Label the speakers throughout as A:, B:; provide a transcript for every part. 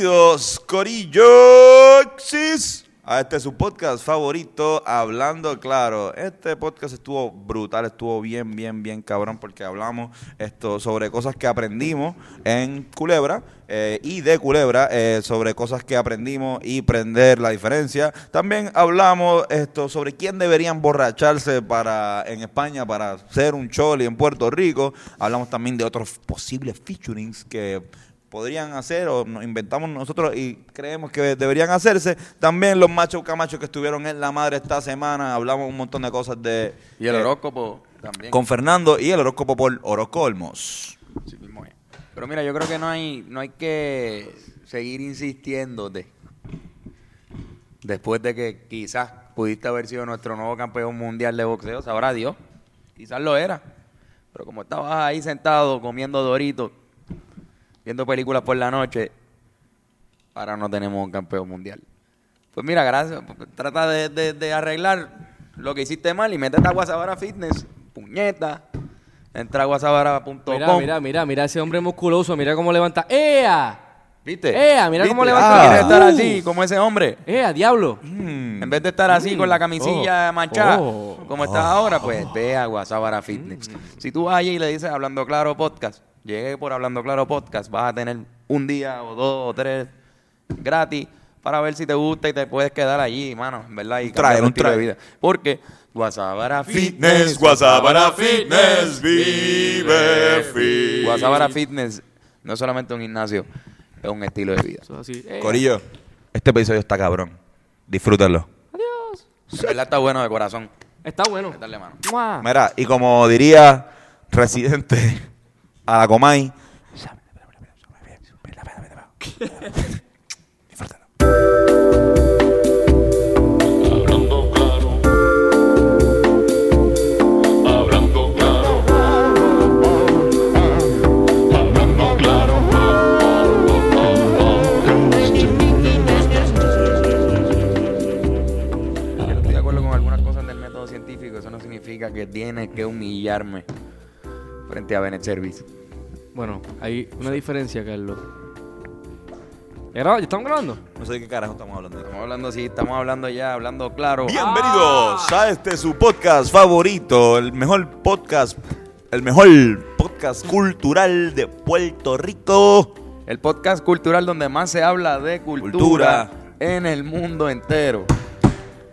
A: Bienvenidos, Corillo. A este su podcast favorito, Hablando Claro. Este podcast estuvo brutal, estuvo bien, bien, bien cabrón, porque hablamos esto sobre cosas que aprendimos en Culebra eh, y de Culebra, eh, sobre cosas que aprendimos y prender la diferencia. También hablamos esto sobre quién debería emborracharse para, en España para ser un choli en Puerto Rico. Hablamos también de otros posibles featurings que podrían hacer o nos inventamos nosotros y creemos que deberían hacerse. También los machos camachos que estuvieron en la madre esta semana, hablamos un montón de cosas de
B: Y el
A: eh,
B: horóscopo también.
A: con Fernando y el horóscopo por Oroscolmos.
B: Sí, mismo es. Pero mira, yo creo que no hay, no hay que seguir insistiéndote. Después de que quizás pudiste haber sido nuestro nuevo campeón mundial de boxeo, sabrá Dios. Quizás lo era. Pero como estabas ahí sentado comiendo doritos, viendo películas por la noche, ahora no tenemos un campeón mundial. Pues mira, gracias. Trata de, de- de arreglar lo que hiciste mal y métete a Guasabara Fitness, puñeta. Entra a guasabara.com.
C: Mira, mira, mira, mira ese hombre musculoso, mira cómo levanta. ¡Ea!
B: ¿Viste?
C: ¡Ea! Mira cómo
B: ¿Viste?
C: levanta.
B: Quieres estar
C: Uh.
B: así, como ese hombre.
C: ¡Ea, diablo!
B: En vez de estar así con la camisilla
C: Oh.
B: manchada,
C: Oh.
B: como estás ahora, pues ve a Guasabara Fitness. Si tú vas allí y le dices Hablando Claro Podcast, llegué por Hablando Claro Podcast, vas a tener un día o dos o tres gratis para ver si te gusta y te puedes quedar allí, mano, en ¿verdad? Y
A: Un
B: cambiar
A: trial,
B: tu
A: un
B: estilo de
A: trial.
B: vida. Porque Guasabara Fitness
A: Fitness, Guasabara Fitness, vive fit.
B: Guasabara Fitness no es solamente un gimnasio, es un estilo de vida.
C: Eso es así. ¡Ea!
A: Corillo, este episodio está cabrón. Disfrútenlo.
C: Adiós.
B: En verdad está bueno de corazón.
C: Está bueno.
B: Dale mano.
C: ¡Mua!
A: Mira, y como diría residente a la Comay,
D: Hablando claro, hablando claro, hablando claro,
B: Yo no estoy de acuerdo con algunas cosas del método científico. Eso no significa que tienes que humillarme frente a Benet Service.
C: Bueno, hay una diferencia, Carlos. ¿Ya graba- ya ¿Estamos grabando?
A: no sé de qué carajo estamos hablando.
B: Estamos hablando así, estamos hablando ya, hablando claro.
A: Bienvenidos
B: "Ah".
A: a este su podcast favorito, el mejor podcast, el mejor podcast cultural de Puerto Rico.
B: El podcast cultural donde más se habla de cultura, en el mundo entero.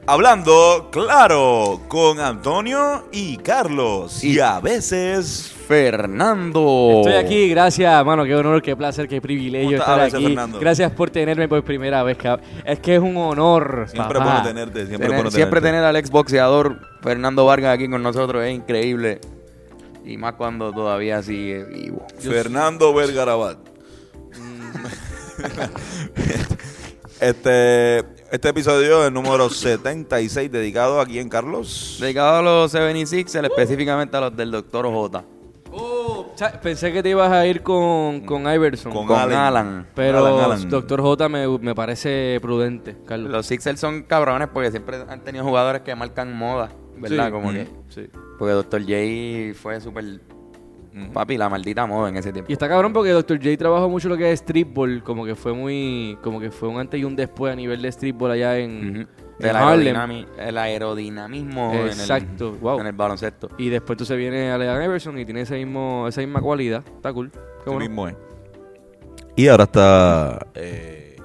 A: Hablando, claro, con Antonio y Carlos. Y,
B: Y-
A: a veces. Oh.
B: Fernando.
C: Estoy aquí, gracias, hermano. Qué honor, qué placer, qué privilegio
A: Muchas
C: estar
A: gracias,
C: aquí.
A: Fernando.
C: Gracias por tenerme por primera vez. cab- Es que es un honor.
A: Siempre
C: papá.
A: puedo tenerte, siempre
B: Tener-
A: puedo
B: siempre
A: tenerte.
B: tener al exboxeador Fernando Vargas aquí con nosotros es increíble. Y más cuando todavía sigue vivo.
A: Fernando Vergarabat. Mm. este, este episodio es el número 76 dedicado a quién, Carlos.
B: Dedicado a los 76, específicamente a los del Doctor J.
C: Oh, cha- pensé que te ibas a ir con, con Iverson.
A: Con
B: Con
A: Allen.
B: Alan.
C: Pero
A: Alan, Alan.
C: Doctor J me, me parece prudente, Carlos.
B: Los Sixers son cabrones porque siempre han tenido jugadores que marcan moda, ¿verdad?
C: Sí.
B: Como
C: Mm.
B: que.
C: Sí.
B: Porque Dr. J fue súper. Papi, la maldita moda en ese tiempo.
C: Y está cabrón porque Dr. J trabajó mucho lo que es streetball, como que fue muy, como que fue un antes y un después a nivel de streetball allá en,
B: Ujú.
C: en
B: El,
C: Harlem.
B: aerodinami- el aerodinamismo
C: Exacto,
B: en el,
C: wow.
B: en el baloncesto.
C: Y después tú se viene Allen Iverson y tiene ese mismo, esa misma cualidad. Está cool. Qué
A: Ese
C: bueno.
A: mismo es. Y ahora está. eh,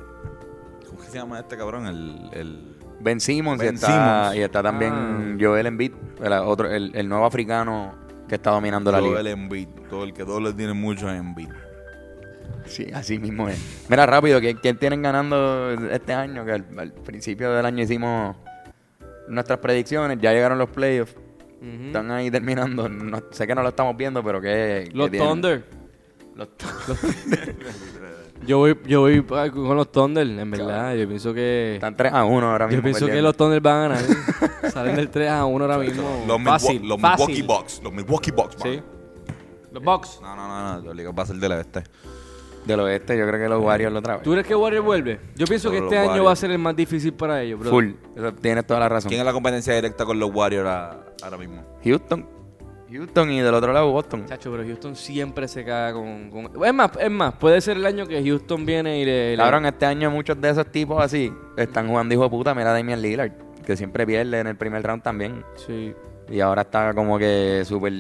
A: ¿Cómo que se llama este cabrón? El. el-
B: Ben Simmons,
A: Ben
B: y, está,
A: Simmons.
B: y está
C: Ah.
B: también Joel Embiid, el, otro, el, el nuevo africano que está dominando la liga.
A: Joel Embiid. Todo el que todos le tienen mucho es Embiid.
B: Sí, así mismo es. Mira, rápido, ¿quién, quién tienen ganando este año? Que al, al principio del año hicimos nuestras predicciones, ya llegaron los playoffs,
C: Ujú.
B: están ahí terminando. No- sé que no lo estamos viendo, pero que.
C: Los Thunder.
B: Los Thunder.
C: Yo voy, yo voy pa- con los Thunder, en verdad. Yo pienso que.
B: Están 3 a 1 ahora mismo.
C: Yo pienso que
B: perdiendo.
C: los Thunder van a ganar. Salen del 3 a 1 ahora mismo.
A: Los,
C: fácil,
A: Milwaukee- los
C: fácil.
A: Milwaukee Bucks. Los Milwaukee Bucks.
C: Sí.
A: man.
C: Los Bucks.
A: No, no, no, no. Yo le digo, va a ser de la este.
B: Del oeste, yo creo que los Warriors lo otra vez.
C: ¿Tú crees que Warrior vuelve? Yo pienso que
A: Los
C: este año
A: Warriors.
C: va a ser el más difícil para ellos, bro.
B: Full. Eso tienes toda la razón.
A: ¿Quién es la competencia directa con los Warriors a- ahora mismo?
B: Houston. Houston y del otro lado Boston.
C: Chacho, pero Houston siempre se caga con, con- Es más, es más, puede ser el año que Houston viene y le... le-
B: Cabrón, este año muchos de esos tipos así están jugando hijo de puta. Mira a Damian Lillard, que siempre pierde en el primer round también.
C: Sí.
B: Y ahora está como que súper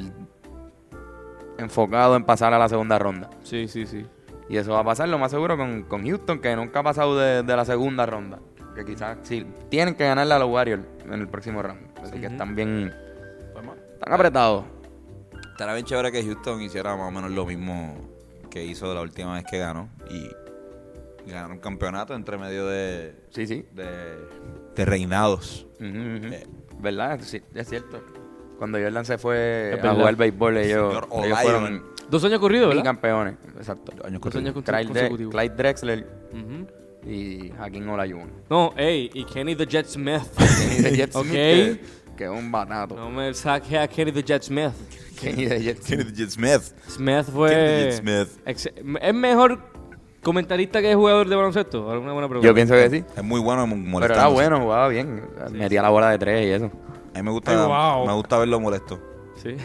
B: enfocado en pasar a la segunda ronda.
C: Sí, sí, sí.
B: Y eso va a pasar lo más seguro con, con Houston, que nunca ha pasado de, de la segunda ronda. Que quizás sí, tienen que ganarle a los Warriors en el próximo round. Así que están bien. Están apretados.
A: Estará bien chévere que Houston hiciera más o menos lo mismo que hizo la última vez que ganó. Y ganó un campeonato entre medio de,
B: Sí, sí.
A: de, de reinados.
B: Ujú, ujú.
A: Eh.
B: ¿Verdad? Sí, es cierto. Cuando Jordan se fue
C: Es
B: a
C: verdad.
B: jugar béisbol, ellos,
A: Señor O'Brien.
B: ellos fueron
C: Dos años corridos, ¿verdad?
B: campeones. Exacto.
A: Años
C: Dos años
A: corridos.
C: conse-
B: Clyde, Dre-
C: consecutivos.
B: Clyde Drexler
C: Ujú.
B: y Hakim Olajuwon.
C: No, ey, y Kenny the Jet Smith.
B: Kenny de Jet
C: ok.
B: Smith, que, que es un banato.
C: No me saque a Kenny the Jet Smith.
B: Kenny de Jet Smith.
A: Kenneth J. Smith.
C: Smith fue...
A: Kenny the Jet Smith.
C: Ex- ¿Es mejor comentarista que jugador de baloncesto? Ahora una buena pregunta.
B: Yo pienso que sí.
A: Es muy bueno molestando.
B: Pero era bueno, jugaba bien. Metía la bola de tres y eso.
A: A mí me gusta,
C: Ay, wow.
A: me gusta verlo molesto.
C: Sí.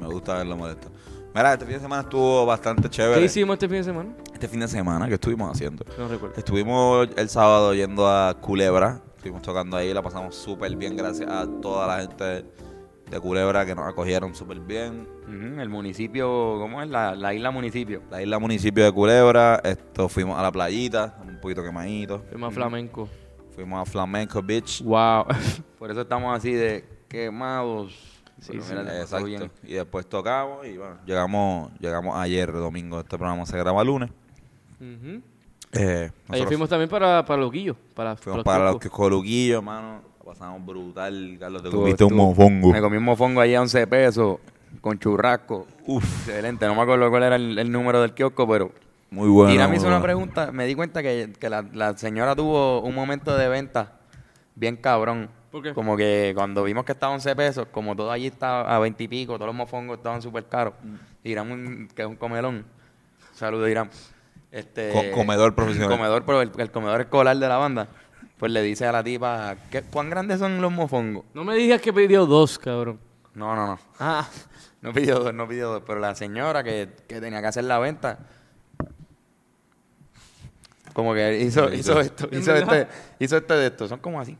A: Me gusta verlo molesto. Mira, este fin de semana estuvo bastante
C: ¿Qué
A: chévere.
C: hicimos este fin de semana?
A: Este fin de semana, ¿qué estuvimos haciendo?
C: No recuerdo.
A: Estuvimos el sábado yendo a Culebra. Estuvimos tocando ahí, la pasamos súper bien. Gracias a toda la gente de Culebra que nos acogieron súper bien.
B: Ujú, El municipio, ¿cómo es? La, la isla municipio.
A: La isla municipio de Culebra. Esto, fuimos a la playita, un poquito quemadito.
C: Es más flamenco.
A: Fuimos a Flamenco Beach.
C: Wow.
B: Por eso estamos así de quemados. Pero
C: sí,
B: mira, le pasó
A: Exacto.
B: bien.
A: Y después tocamos y bueno, llegamos, llegamos ayer domingo. Este programa se graba lunes.
C: Ujú.
A: Eh,
C: Ayer
A: nosotros
C: fuimos también para, para Loquillo. Para,
A: fuimos
C: los
A: para los
C: kioscos.
A: que coluquillos, mano. La pasamos brutal, Carlos. Te
B: Estuvo-
A: comiste un
B: estuvo-
A: mofongo.
B: Me comí un mofongo ahí a 11 pesos con churrasco.
A: Uf,
B: Excelente. No me acuerdo cuál era el, el número del kiosco, pero...
A: muy bueno.
B: y me
A: muy
B: hizo una
A: bueno.
B: pregunta. Me di cuenta que, que la, la señora tuvo un momento de venta bien cabrón.
C: ¿Por qué?
B: Como que cuando vimos que estaba a 11 pesos, como todo allí estaba a 20 y pico, todos los mofongos estaban súper caros.
C: Mm.
B: Irán, un- que es un comelón. Saludos, Irán. Este,
A: Co- comedor profesional.
B: Comedor, pero el, el comedor escolar de la banda. Pues le dice a la tipa, ¿qué, ¿cuán grandes son los mofongos?
C: No me digas que pidió dos, cabrón.
B: No, no, no.
C: Ah.
B: No pidió dos, no pidió dos. Pero la señora que, que tenía que hacer la venta. Como que hizo, hizo esto,
C: ¿En
B: hizo
C: verdad?
B: este, hizo este de esto. Son como así.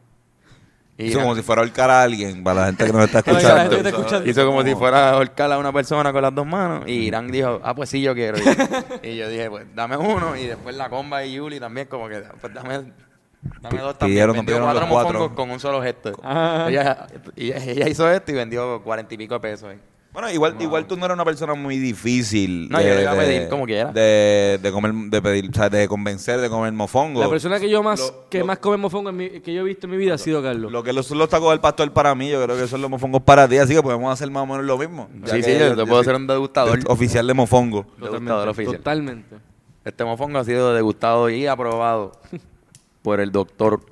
B: Y
A: Hizo como si fuera el cara a alguien, para la gente que nos está
C: Para la gente
A: escuchando.
C: que está escuchando.
B: hizo como si fuera a ahorcar a una persona con las dos manos. Y Irán dijo, ah, pues sí, yo quiero. Y, y yo dije, pues dame uno. Y después la comba y Yuli también, como que, pues dame, dame dos también.
A: Pidieron,
B: vendió
A: pidieron
B: cuatro
A: los cuatro.
B: mofongos con un solo gesto.
C: Ah.
B: Ella, ella- ella hizo esto y vendió cuarenta y pico de pesos. eh. ahí.
A: Bueno, igual, igual tú no eras una persona muy difícil.
B: No, yo lo iba a pedir como quiera.
A: De, de comer, de pedir, o sea, de convencer de comer mofongo.
C: La persona que yo más
A: Lo-
C: que
A: lo-
C: más come mofongo en mi- que yo he visto en mi vida ha sido Carlos.
A: Lo que lo- son los tacos del pastor para mí, yo creo que son los mofongos para ti, así que podemos hacer más o menos lo mismo. Ya
B: Sí,
A: que
B: sí, yo te puedo
A: soy
B: hacer un degustador.
A: Oficial de mofongo.
B: Degustador oficial.
C: Totalmente.
B: Este mofongo ha sido degustado y aprobado por el doctor.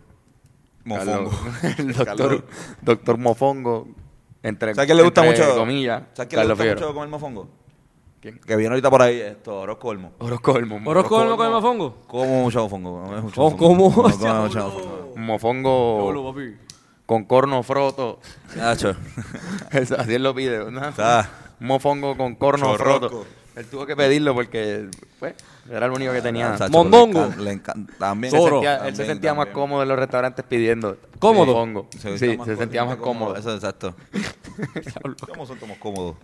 A: Mofongo.
B: Carlos- el
A: Carlos.
B: doctor, doctor Mofongo. Entre,
A: ¿Sabes quién le gusta
B: Em, entre
A: mucho?
B: Comillas,
A: ¿Sabes quién le
B: Carlos
A: gusta
B: Figueroa.
A: mucho comer mofongo?
B: ¿Quién?
A: Que viene ahorita por ahí, esto, Orozco Olmo.
B: Orozcolmo.
C: ¿Orozco no come mofongo?
A: Como mucho mofongo. come mucho
C: Oh,
A: mofongo.
C: ¿cómo?
A: No, come mucho mofongo.
B: Mofongo con corno froto.
A: Nacho.
B: Eso, Así él lo pide. ¿no?
A: Está.
B: Mofongo con corno
A: Chorroco.
B: froto. Él tuvo que pedirlo porque pues, era el único que tenía.
A: Nacho,
C: Mondongo.
A: le encan- Le encanta. También.
B: Él se
C: Toro.
B: sentía- él se
A: También,
B: sentía más
A: también.
B: cómodo en los restaurantes pidiendo.
C: Cómodo.
B: Mofongo. Sí, se sentía más cómodo.
A: Eso es exacto. ¿Cómo son somos cómodos?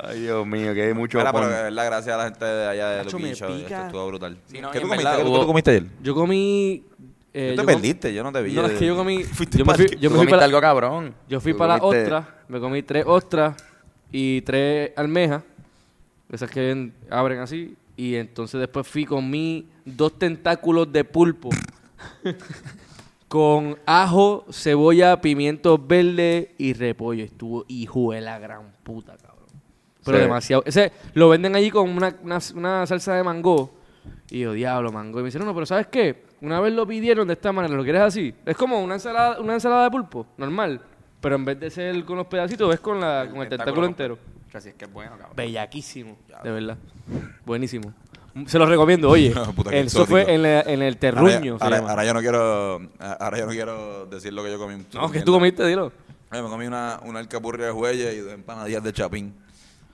B: Ay, Dios mío, que hay mucho
A: Mira, pero
B: fondo.
A: de verdad, gracias a la gente de allá de
C: Nacho, me
A: Luquillo. esto
C: pica.
A: Estuvo brutal.
B: Sí, no,
A: ¿Qué
B: y
A: tú
B: en
A: comiste?
B: verdad
A: ¿Qué tú-
B: hubo-
A: tú comiste ayer?
C: Yo comí eh,
A: Tú
C: yo
A: te
C: com-
A: perdiste, yo no te vi.
C: No, es que yo comí
A: Fuiste
C: yo me
A: pa'l
C: fui,
A: que-
C: yo
B: Tú
C: me fui
B: comiste
C: para
B: algo cabrón.
C: Yo fui
B: Tú
C: para la
B: comiste-
C: ostras, me comí tres ostras y tres almejas, esas que ven- abren así, y entonces después fui con mi dos tentáculos de pulpo con ajo, cebolla, pimientos verdes y repollo. Estuvo hijo de la gran puta, cabrón. Pero
B: Sí.
C: demasiado. Ese lo venden allí con una, una- una salsa de mango. Y yo, diablo, mango. Y me dicen, no, pero ¿sabes qué? Una vez lo pidieron de esta manera, lo quieres así. Es como una ensalada, una ensalada de pulpo, normal. Pero en vez de ser con los pedacitos, es con, la, con el tentáculo entero.
B: Así es que es bueno, cabrón.
C: Bellaquísimo, de verdad. Buenísimo. Se los recomiendo, oye.
A: Puta, qué
C: eso fue
A: exótico.
C: en, la- en el
A: Ahora-
C: terruño. se
A: Ahora,
C: llama.
A: ahora yo no quiero. Ahora yo no quiero decir lo que yo comí.
C: no, que tú comiste, dilo.
A: Oye, me comí una, una alcapurria de jueyes y dos empanadillas de chapín.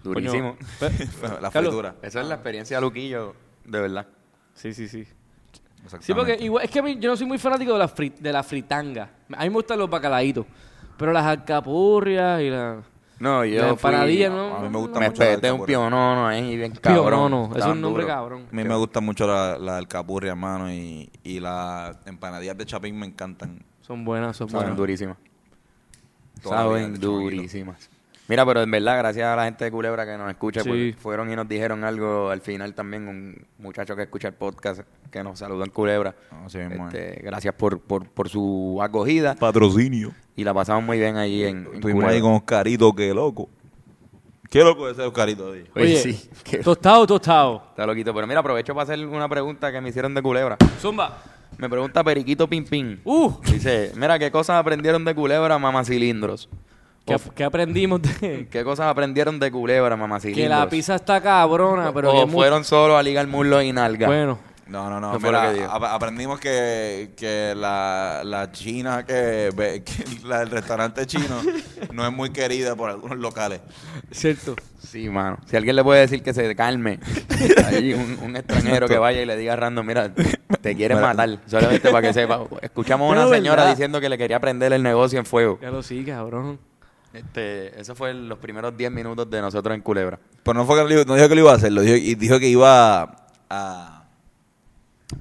B: Durísimo.
C: Coño, pe-
A: la
C: Carlos.
A: fritura.
B: Esa es la experiencia de Luquillo, de verdad.
C: Sí, sí, sí.
A: Exactamente.
C: Sí, porque igual, es que a mí- yo no soy muy fanático de la, fri- de la fritanga. A mí me gustan los bacalaitos. Pero las alcapurrias y la...
B: No, yo.
C: La
B: fui-
C: empanadilla, ¿no?
A: A mí me gusta
B: Me
A: mucho la
B: peté un
A: alcapurria.
B: pionono ahí, bien cabrón.
C: Pionono, ese es
B: Estaban
C: un nombre
B: duros.
C: cabrón.
A: A mí me gusta mucho la, la alcapurria, hermano, y, y las empanadillas de chapín me encantan.
C: Son buenas, son
B: Saben
C: buenas.
B: durísimas.
A: Toda la vida,
B: Saben
A: de chamaquito.
B: durísimas. Mira, pero en verdad, gracias a la gente de Culebra que nos escucha,
C: Sí.
B: pues, fueron y nos dijeron algo al final también, un muchacho que escucha el podcast, que nos saludó en Culebra.
A: Así mismo es.
B: Este, gracias por, por, por su acogida
A: Patrocinio.
B: y la pasamos muy bien ahí en, en
A: Estuvimos ahí
B: Culebra.
A: con Oscarito, qué loco. Qué loco ese Oscarito ahí.
B: Oye,
C: Oye,
B: sí, qué-
C: tostado, tostado.
B: Está loquito, pero mira, aprovecho para hacer una pregunta que me hicieron de Culebra.
C: Zumba.
B: Me pregunta Periquito Pimpín.
C: Uh,
B: Dice, mira, ¿qué cosas aprendieron de Culebra, mamacilindros?
C: ¿qué,
B: O
C: ap- qué aprendimos de...?
B: ¿Qué cosas aprendieron de Culebra, mamacilindros?
C: Que la pizza está cabrona, pero que
B: o
C: es muy-
B: Oh, fueron solo a ligar muslo y nalga.
C: Bueno,
A: No, no,
B: Eso
A: no.
B: fue lo
A: mira,
B: que dijo.
A: ap- aprendimos que, que la, la china, que, ve- que la del restaurante chino, no es muy querida por algunos locales.
C: cierto.
B: Sí, mano. Si alguien le puede decir que se calme, ahí un, un extranjero que vaya y le diga random, mira, te quieren
A: Mira.
B: matar. Solamente para que sepa. Escuchamos a una
C: Pero
B: señora
C: verdad.
B: diciendo que le quería prender el negocio en fuego.
C: Ya lo sí, cabrón.
B: Este, eso fue los primeros 10 minutos de nosotros en Culebra.
A: Pero no fue que lo dijo- no dijo que lo iba a hacer, lo dijo, y dijo que iba a, a-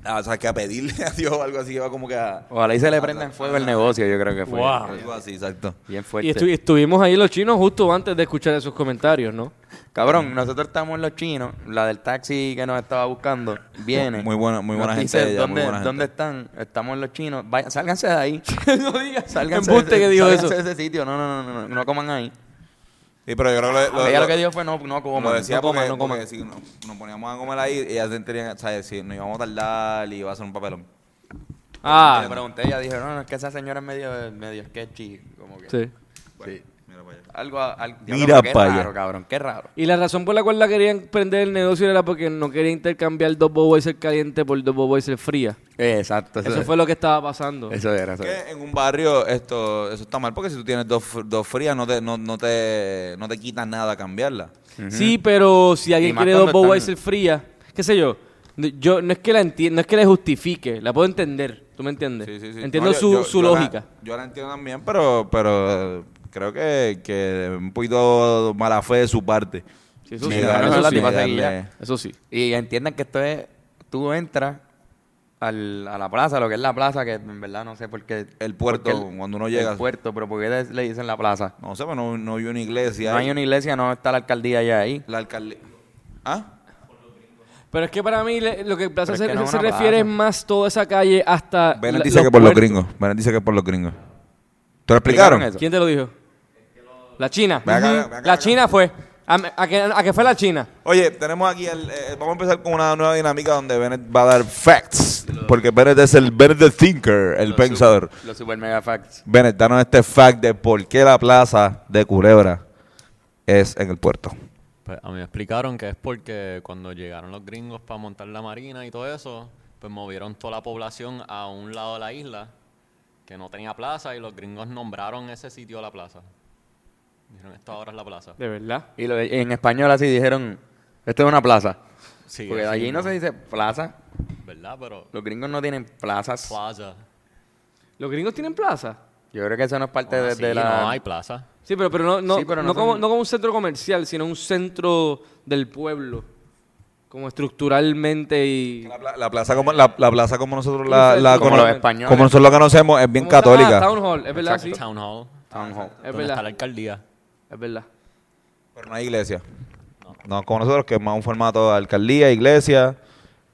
A: a- O sea, que a pedirle a Dios o algo así, iba como que a.
B: Ojalá y se le prenda en fuego el negocio, yo creo que fue.
C: Wow.
A: Algo así, exacto.
B: Bien fuerte.
C: Y estu- estuvimos ahí los chinos justo antes de escuchar esos comentarios, ¿no?
B: Cabrón, nosotros estamos en los chinos, la del taxi que nos estaba buscando, viene.
A: Muy buena- muy buena
B: nos
A: gente
B: dice,
A: ella, muy
B: ¿dónde,
A: buena gente".
B: ¿Dónde están? Estamos en los chinos. Vayan, sálganse de ahí.
C: no digas.
B: Sálganse
C: Embuste
B: de,
C: que dijo eso.
B: sálganse de ese sitio. No, no, no, no, no, no coman ahí.
A: Sí, pero yo creo que.
B: Ella lo que dijo fue no, no
A: Como
B: coman.
A: decía,
B: no coman,
A: porque-
B: no coman.
A: porque si no- nos poníamos a comer ahí, ellas se enterían, o sea, si nos íbamos a tardar y iba a ser un papelón.
B: Le
C: Ah,
B: pregunté, ella dijo, no, no, es que esa señora es medio, medio sketchy. Como que,
C: sí.
A: Bueno, mira para allá.
B: Algo, a- al-
A: Mira
B: qué
A: pa'
B: raro,
A: allá.
B: cabrón, qué raro.
C: Y la razón por la cual la querían prender el negocio era porque no quería intercambiar dos Budweiser calientes por dos Budweiser frías.
B: Exacto.
C: Eso fue lo que estaba pasando.
B: Eso era, eso era.
A: que en un barrio esto eso está mal porque si tú tienes dos, fr- dos frías no te no, no te no te quita nada cambiarla
C: Sí, pero si
B: Y
C: alguien
B: más
C: quiere dos
B: cuando
C: Budweiser
B: están-
C: frías, qué sé yo, n- yo no es que la enti- no es que le justifique, la puedo entender, ¿tú me entiendes?
A: Sí, sí, sí.
C: Entiendo
A: No, yo-
C: su,
A: yo-
C: su
A: yo la-
C: lógica.
A: yo la entiendo también pero pero eh, creo que, que un poquito mala fe de su parte
C: Sí, eso
B: Me
C: sí,
B: ganaron
C: eso
B: la
C: sí.
B: tipa seguida.
C: Eso sí.
B: Y entiendan que esto es, tú entras al- a la plaza, lo que es la plaza, que en verdad no sé por qué.
A: El puerto,
B: por qué el-
A: cuando uno llega.
B: El puerto, pero ¿por qué le- le dicen la plaza?
A: no sé pero no, no vi una iglesia
B: no
A: ahí.
B: hay una iglesia, no está la alcaldía ya ahí.
A: la alcaldía ah
C: Pero es que para mí le- lo que Plaza
B: Pero es
C: se,
B: que no es
C: se
B: una
C: refiere es
B: plaza.
C: más toda esa calle hasta.
A: Bennett
C: la-
A: dice que por los
C: puertos.
A: gringos Bennett dice que por los gringos ¿te lo explicaron?
B: ¿Explicaron eso?
C: ¿Quién te lo dijo? La China.
A: Ven acá,
C: Ujú.
A: ven acá, ven
C: la
A: acá.
C: China fue. ¿A, a que, a que fue la China?
A: Oye, tenemos aquí el, eh, vamos a empezar con una nueva dinámica donde Bennett va a dar facts, porque Bennett es el Bennett the thinker, el
B: Los
A: pensador.
B: super- los super mega facts.
A: Bennett, danos este fact de por qué la plaza de Culebra es en el puerto.
E: Pues a mí me explicaron que es porque cuando llegaron los gringos para montar la marina y todo eso, pues movieron toda la población a un lado de la isla que no tenía plaza y los gringos nombraron ese sitio la plaza. Dijeron, esto ahora es la plaza.
C: De verdad.
B: Y lo- en español así dijeron, esto es una plaza.
E: Sí,
B: Porque
E: así
B: allí no se
E: mismo,
B: dice plaza.
E: ¿Verdad? Pero
B: Los gringos no tienen plazas.
E: plaza.
C: ¿Los gringos tienen plaza?
B: Yo creo que eso no es parte
E: Aún
B: de,
E: así,
B: de la...
E: No hay plaza.
C: Sí, pero, pero no, no,
B: Sí, pero
C: no,
B: no
C: como,
B: son-
C: no como un centro comercial, sino un centro del pueblo. Como estructuralmente y.
A: La, pla- la plaza como la, la plaza como nosotros la, la-
B: Como
A: cono-
B: los españoles.
A: como nosotros la conocemos es bien
C: ¿Cómo se llama?
A: católica.
C: Ah, Town Hall, es verdad, sí.
E: El town hall.
B: Town hall.
C: Es
E: donde está la
C: verdad,
E: alcaldía.
C: es verdad.
A: Pero no hay iglesia. No, como nosotros que es más un formato de alcaldía, iglesia,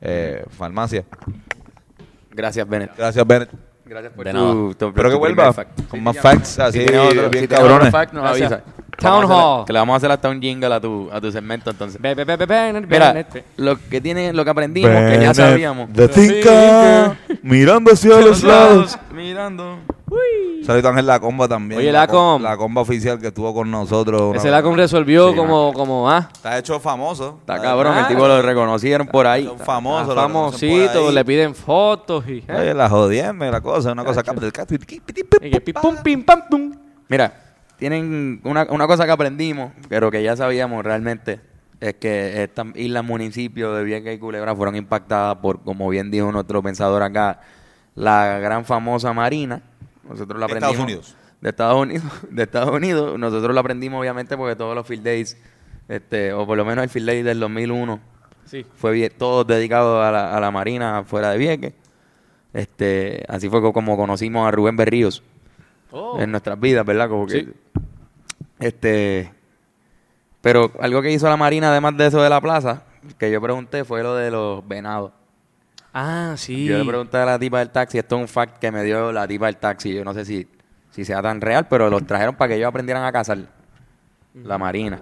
A: eh, farmacia.
B: Gracias, Bennett.
A: Gracias Bennett.
B: Gracias por
E: De nada.
B: tu, tu-
A: Espero que
B: tu primer
A: vuelva
B: fact.
A: con más facts así
B: Si tiene otro,
A: bien
B: si tiene otro
A: cabrones.
B: fact, nos
C: Gracias.
B: avisa.
C: Town
B: Vamos a hacerle-
C: hall.
B: Que le vamos a hacer hasta un jingle a tu, a tu segmento, entonces.
C: Be- be- be- be- be-
B: Mira,
C: be-
B: lo que tiene, lo que aprendimos, que ya sabíamos.
A: The
C: Thinker,
A: Thinker, mirando hacia los lados.
B: Mirando.
A: Saludos Ángel La Comba también.
C: Oye, La
A: Com-
C: Com.
A: La Comba oficial que estuvo con nosotros. una
C: Ese
A: vez.
C: la con resolvió
B: Sí,
C: como, como, ah,
A: Está hecho famoso.
B: Está cabrón,
C: Ah.
B: el tipo lo reconocieron por ahí.
A: Son famosos. lo reconocen por
C: famosito,
A: ahí.
C: le piden fotos y. ¿eh?
A: Oye, la jodienda y la cosa. Una cosa acá.
C: Y que pi- pum, pim, pam, pum.
B: Mira, tienen una, una cosa que aprendimos, pero que ya sabíamos realmente, es que estas islas, municipios de Vieques y Culebra fueron impactadas por, como bien dijo nuestro pensador acá, la gran famosa marina. Nosotros la
A: De
B: aprendimos.
A: Estados Unidos.
B: De Estados Unidos. De Estados Unidos. Nosotros la aprendimos, obviamente, porque todos los field days, este, o por lo menos el field day del 2001,
C: Sí.
B: fue bien- todo dedicado a la, a la marina fuera de Vieques. Este, así fue co- como conocimos a Rubén Berríos
C: Oh.
B: en nuestras vidas, ¿verdad? Como que,
C: Sí.
B: este, pero algo que hizo la Marina, además de eso de la plaza, que yo pregunté, fue lo de los venados.
C: Ah, sí.
B: Yo le pregunté a la tipa del taxi, esto es un fact que me dio la tipa del taxi, yo no sé si, si sea tan real, pero los trajeron para que ellos aprendieran a cazar, la Marina.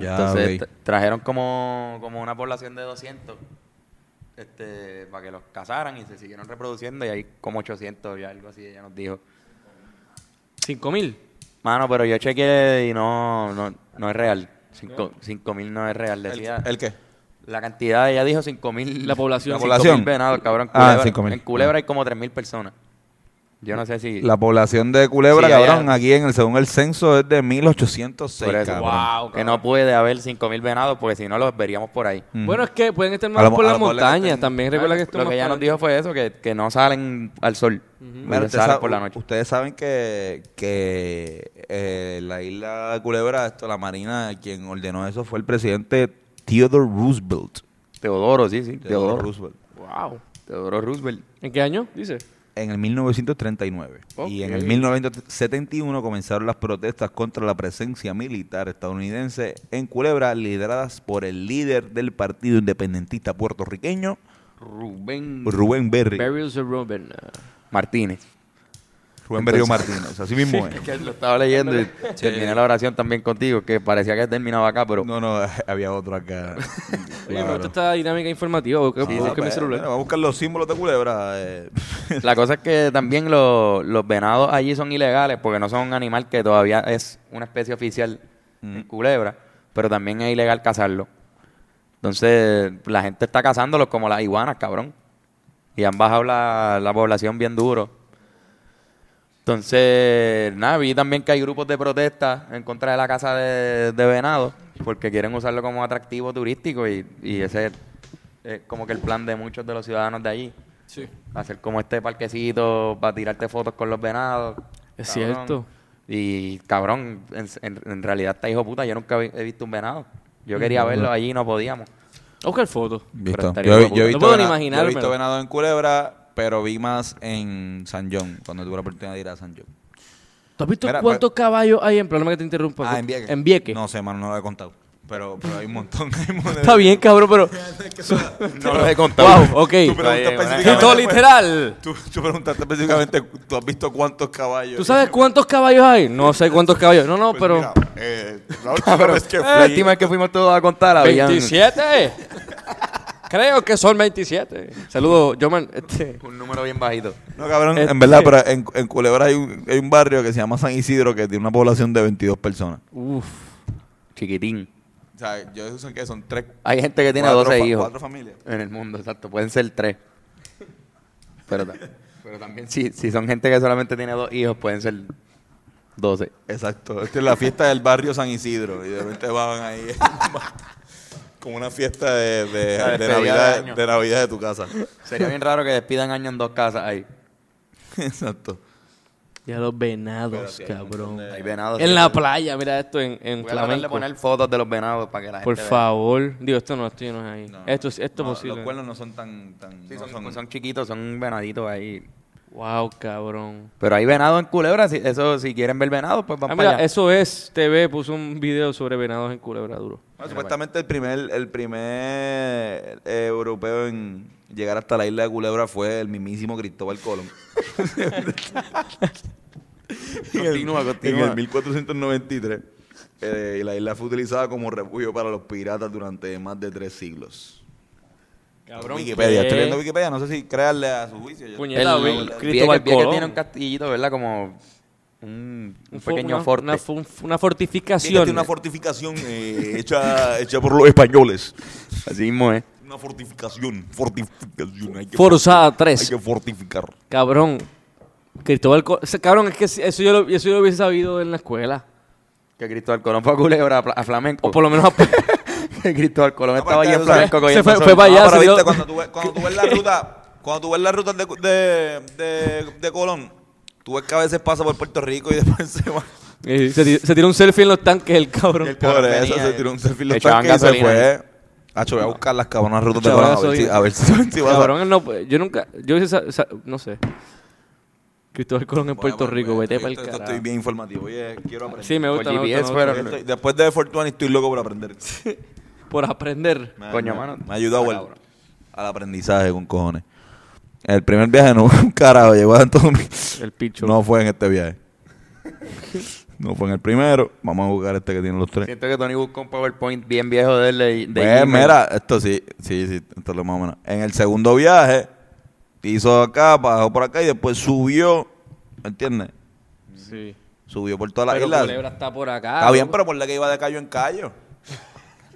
A: Ya,
B: Entonces
A: güey.
B: este, tra- trajeron como, como una población de 200 este, para que los cazaran y se siguieron reproduciendo y hay como 800 y algo así, ella nos dijo.
C: Cinco mil.
B: Mano, pero yo chequeé y no, no, no es real. Cinco, cinco mil no es real,
A: ¿El,
B: decía.
A: el qué?
B: la cantidad, ella dijo cinco mil.
C: La población.
B: La
C: La
B: población.
A: población.
B: venados, cabrón.
A: Ah,
B: Culebra-
A: cinco mil.
B: En Culebra hay como tres mil personas. Yo no sé si...
A: La población de Culebra,
B: Sí, allá-
A: cabrón, aquí en el según el censo es de 1806,
B: por eso,
A: cabrón.
C: Wow,
B: que no puede haber cinco mil venados porque si no los veríamos por ahí.
A: Mm.
C: Bueno, es que pueden estar
A: A
C: más
A: lo-
C: por
A: a
C: las
A: lo mejor le
C: montañas.
A: meten-
C: También recuerda que esto
B: Lo
C: es más
B: que ella
C: para-
B: nos dijo fue eso, que, que no salen al sol.
A: Mira,
B: Ellos
A: ustedes,
B: salen
A: sab-
B: por la noche.
A: ustedes saben que, que eh, la isla de Culebra, esto, la Marina, quien ordenó eso fue el presidente Theodore Roosevelt.
B: Teodoro, sí, sí. Teodoro.
A: Roosevelt.
C: Wow.
B: Teodoro Roosevelt.
C: ¿En qué año? Dice.
A: En el 1939 y en el
C: Ok.
A: 1971 comenzaron las protestas contra la presencia militar estadounidense en Culebra, lideradas por el líder del Partido Independentista puertorriqueño,
B: Rubén
A: Rubén Berry.
C: Burials of Robin. ah.
B: Martínez.
A: Rubén Berrío
B: Entonces-
A: Martínez, así mismo es.
B: Es que lo estaba leyendo y terminé la oración también contigo, que parecía que terminaba acá, pero
A: No, no, había otro acá.
C: Oye, me
A: Claro.
C: gusta esta dinámica informativa. Busca,
A: Sí, sí,
C: busca mi
A: pues,
C: celular.
A: bueno, vamos a buscar los símbolos de culebra. eh.
B: la cosa es que también lo- los venados allí son ilegales porque no son un animal que todavía es una especie oficial en culebra, pero también es ilegal cazarlo. Entonces la gente está cazándolos como las iguanas, cabrón. Y han bajado la, la población bien duro. Entonces, nada, vi también que hay grupos de protesta en contra de la caza de, de venado, porque quieren usarlo como atractivo turístico y, y ese es eh, como que el plan de muchos de los ciudadanos de allí.
C: Sí.
B: Hacer como este parquecito para tirarte fotos con los venados.
C: Es
B: cabrón.
C: cierto.
B: Y cabrón, en, en- en realidad está hijo puta, yo nunca vi- he visto un venado. Yo quería verlo allí y no podíamos.
C: Busca el foto.
A: Visto.
B: estaría
A: Yo,
B: hijo de
A: yo he
B: puta.
A: visto
C: No puedo ni
A: vena-
C: imaginármelo.
A: yo he visto venado en culebra, pero vi más en San John, cuando tuve la oportunidad de ir a San John.
C: ¿Tú has visto
A: Mira, pues.
C: cuántos caballos hay en problema que te interrumpa?
A: Ah, en Vieques.
C: Pues, En Vieques.
A: No sé, mano, no lo he contado. Pero, pero hay un montón. Hay un montón de-
C: Está bien, cabrón, pero.
B: No lo he contado.
C: Wow, ok.
A: Tú preguntas específicamente,
C: Esto
A: pues,
C: literal.
A: Tú, tú preguntaste específicamente, ¿tú has visto cuántos caballos?
C: ¿Tú sabes cuántos caballos hay? No sé cuántos caballos. No, no,
A: Pues
C: pero.
A: mira, eh, la última vez que
B: La
A: fui,
B: última vez que fuimos todos a contar, habían...
C: ¿27? Creo que son 27. Saludos, Joman. Este,
B: Un número bien bajito.
A: No, cabrón, en
C: Este-
A: verdad, pero en, en Culebra hay un, hay un barrio que se llama San Isidro que tiene una población de 22 personas.
C: uf.
B: Chiquitín.
A: O sea, yo sé que son tres.
B: Hay gente que tiene
A: cuatro
B: 12
A: fa-
B: hijos
A: Cuatro familias.
B: en el mundo, exacto. Pueden ser tres. Pero, ta- pero también si, si son gente que solamente tiene dos hijos, pueden ser 12.
A: Exacto. Esta es la fiesta del barrio San Isidro. Y de repente van ahí. como una fiesta de, de-
B: La
A: de
B: despedida de
A: Navidad,
B: año.
A: de Navidad de tu casa.
B: Sería bien raro que despidan año en dos casas ahí.
A: Exacto.
C: Ya los venados, cabrón.
B: Hay venados.
C: En
B: sí.
C: la playa, mira esto en, en
B: Voy a tratar de
C: flamenco.
B: poner fotos de los venados para que la
C: Por
B: gente vea.
C: favor. Digo, esto no, esto no es ahí. esto es esto
A: No,
C: posible.
A: Los cuernos no son tan. tan
B: Sí,
A: no
B: son, pues,
A: son-
B: son chiquitos, son venaditos ahí.
C: Wow, cabrón.
B: Pero hay venado en Culebra, si, eso si quieren ver venado, pues van
C: Ah,
B: para
C: mira,
B: allá.
C: eso es. TV puso un video sobre venados en Culebra Duro.
A: Bueno, supuestamente el primer, el primer eh, europeo en llegar hasta la isla de Culebra fue el mismísimo Cristóbal Colón.
B: Continúa,
A: En el
B: continúa.
A: 1493, eh, y la isla fue utilizada como refugio para los piratas durante más de tres siglos. Wikipedia, estoy leyendo Wikipedia, no sé si crearle a su juicio. Yo-
C: Puñeta,
B: El-
C: Bill.
B: Vieques-
C: Cristóbal
B: Vieques
C: Colón.
B: tiene un castillito, ¿verdad? Como un, un
C: fo-
B: pequeño
C: una,
B: forte.
C: Una, fo- una
A: Vieques tiene
C: fortificación.
A: una fortificación eh, hecha, hecha por los españoles.
B: Así mismo es.
A: Una fortificación, fortificación. Hay que,
C: eh, Forzada
A: hay
C: 3.
A: que fortificar.
C: Cabrón. Cristóbal Colón. Cabrón, es que si- eso yo, lo, eso yo lo hubiese sabido en la escuela.
B: Que Cristóbal Colón fue a Culebra a, Fla- a Flamenco.
C: O por lo menos a-
B: que Cristóbal Colón estaba
A: Aparte
B: allí
A: de pues,
B: en
A: eso, ¿sabes?
B: Flamenco
C: Se
B: cogiendo
C: fue-
B: sol.
C: fue pa' allá.
A: Ah, pero
C: se dio-
A: viste, cuando tú, ves- cuando tú ves la ruta, cuando tú ves la ruta de, de, de, de Colón, tú ves que a veces pasa por Puerto Rico y después se va.
C: Eh, se, ti- se tiró un selfie en los tanques el cabrón.
B: cabrón
A: Por eso
B: venía,
A: se
B: eh.
A: tiró un selfie en
B: Le
A: los
B: echaban
A: tanques y se
B: gasolina
A: fue. Hacho, voy a buscar las cabronas rutas de
C: Chaval,
A: Colón a ver
C: soy-
A: si, a ver si, a ver si va a-
C: Cabrón, él no, puede- yo nunca, yo hubiese sa- sa- no sé. Cristóbal Colón en
A: Bueno,
C: Puerto
A: pues,
C: Rico,
A: pues,
C: vete
A: esto-
C: para el
A: esto
C: carajo.
A: Estoy bien informativo, oye, quiero aprender.
C: Sí, me
B: Por
C: gusta, me gusta,
B: GPS
C: me gusta.
B: fueron.
A: Yo estoy- después de Fortuani estoy loco por aprender.
C: Por aprender.
A: Me-
B: Coño,
A: me-
B: mano.
A: Me ayudó
B: Está
A: al,
B: cabrón.
A: al aprendizaje con cojones. El primer viaje no un carajo, llegó a todo un-
C: El picho.
A: No fue en este viaje. No fue en el primero. Vamos a buscar este que tiene los tres.
B: Siento que Tony buscó un PowerPoint bien viejo de él. De, de
A: Pues,
B: Gmail.
A: mira, esto sí, sí, sí, esto es lo más o menos. En el segundo viaje, hizo acá, bajó por acá y después subió, ¿me entiendes?
C: Sí.
A: Subió por todas las
C: Pero
A: islas.
C: Culebra está por acá.
A: Está bien,
C: ¿no?
A: pero por la que iba de callo en callo.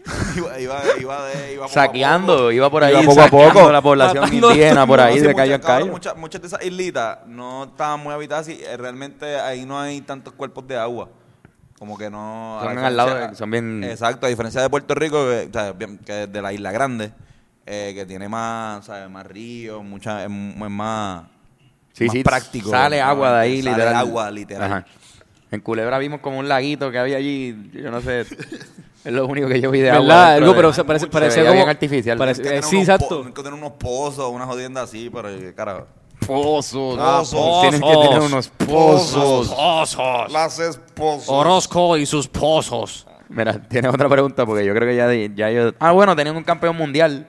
A: iba, iba, iba de, iba poco a poco.
B: Saqueando, iba por ahí
A: Iba poco a
B: saqueando
A: poco.
B: la población
C: Matando a
B: indígena por
A: No,
B: ahí
A: sí,
B: de
A: muchas-
B: calle a
A: cabrón,
B: calle.
A: muchas- muchas de esas islitas no estaban muy habitadas y eh, realmente ahí no hay tantos cuerpos de agua. Como que no. a
B: Son
A: la
B: al lado
A: diferencia-
B: de- son bien-
A: Exacto, a diferencia de Puerto Rico, que, o sea, bien- que de la isla grande, eh, que tiene más, ¿sabes? más ríos, mucha, es, mu- es más.
B: Sí,
A: más
B: sí,
A: práctico.
B: Sale agua de ahí,
A: sale
B: literal.
A: agua, literal.
B: Ajá. En Culebra vimos como un laguito que había allí, yo no sé. es lo único que yo vi de agua.
C: ¿Verdad?
B: dentro
C: Algo,
B: de-
C: pero se parece,
B: Se
C: parece
B: veía
C: como...
B: bien artificial.
C: parece-
A: Tienes que tener
C: eh, sí,
A: unos po-
C: exacto.
A: tienes que tener unos pozos, una jodienda así, pero eh, cara.
B: Pozos.
A: Ah, pozos.
B: Tienen que tener unos pozos.
A: Las esposas.
F: Orozco y sus pozos.
E: Ah,
B: Mira, tienes otra pregunta porque yo creo que ya, di- ya yo... Ah, bueno, tenían un campeón mundial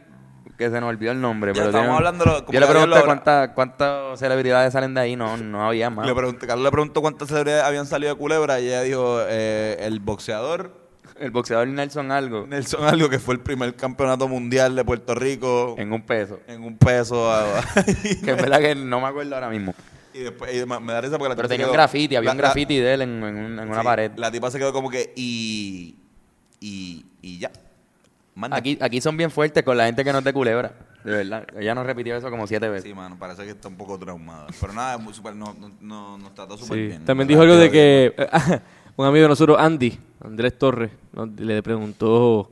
B: que se nos olvidó el nombre.
A: Ya
B: pero
A: estamos
B: tienen-
A: hablando de lo- como
B: Yo le
A: que Dios lo
B: pregunté
A: habrá-
B: cuántas cuántas celebridades salen de ahí. No, no había más.
A: Le pregunté, Carlos le preguntó cuántas celebridades habían salido de Culebra y ella dijo eh, el boxeador
B: El boxeador Nelson Algo
A: Nelson Algo, que fue el primer campeonato mundial de Puerto Rico en,
B: en un peso.
A: un peso. a-
B: que es verdad que no me acuerdo ahora mismo.
A: y después, y me, me da risa porque la tipa
B: Pero
A: se
B: tenía un
A: quedó-
B: graffiti, había
A: la-
B: un
A: la-
B: graffiti de él en, en un- en una
A: sí,
B: pared.
A: La tipa se quedó como que y. Y, y ya. Manda.
B: Aquí, aquí son bien fuertes con la gente que no es de culebra. De verdad. Ella nos repitió eso como siete veces.
A: Sí, mano, parece que está un poco traumada. Pero nada, muy super, no, no, no, nos trató súper
C: Sí.
A: bien.
C: También
A: La
C: dijo algo de
A: verdad
C: que un amigo de nosotros, Andy, Andrés Torres, nos- le preguntó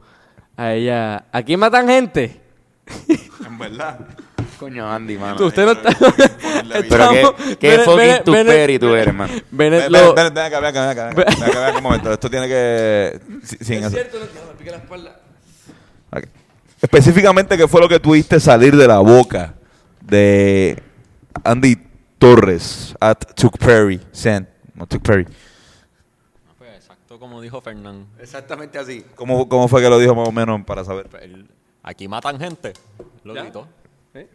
C: a ella, ¿a quién matan gente?
A: En verdad.
B: Coño, Andy, mano.
C: Tú, usted no está...
B: Pero qué-
C: Estamos-
B: qué
C: Bennett-
B: fucking
C: Bennett-
B: tuperi tú
C: Bennett-
B: eres, man.
C: Bennett
A: Ven,
C: lo-
A: ven, ven, ven acá, ven acá, ven acá, ven acá, ven acá, ven acá un momento. Esto tiene que. si- sin eso. Ok. Específicamente, ¿qué fue lo que tuviste salir de la boca de Andy Torres at Chuck Perry? Sen, no Chuck Perry.
E: Pues, exacto como dijo Fernán.
B: Exactamente así.
A: ¿Cómo, ¿Cómo fue que lo dijo más o menos para saber?
E: Pues, él- aquí matan gente. Lo
C: ¿Ya?
E: gritó.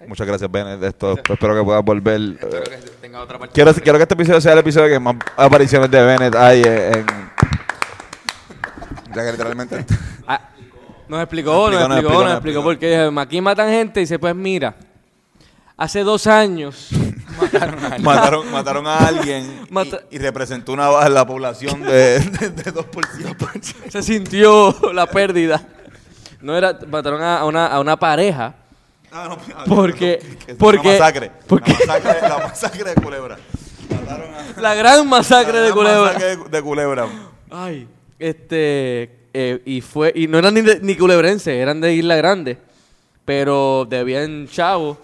A: Muchas gracias, Ben. Esto, espero que puedas volver. eh,
B: Creo que tenga otra parte.
A: Quiero, quiero que este episodio sea el episodio que más apariciones de Bennett hay eh, en. Ya que literalmente.
C: Ah, nos explicó, nos explicó, nos explicó, porque dijo, aquí matan gente y dice, pues mira, hace dos años...
A: mataron, mataron a alguien y-
C: Mata-
A: y, representó una baja en la población de, de, de 2%.
C: se sintió la pérdida. No era, mataron a, a una, a una pareja.
A: Ah, no, ah,
C: Porque-
A: que- que es
C: porque-
A: una masacre.
C: porque-
A: La masacre, la masacre de Culebra. Mataron a-
C: La gran masacre de
A: la
C: Culebra.
A: masacre de, de Culebra.
C: Ay, este eh, y fue y no eran ni, de- ni culebrenses, eran de Isla Grande, pero debían chavo.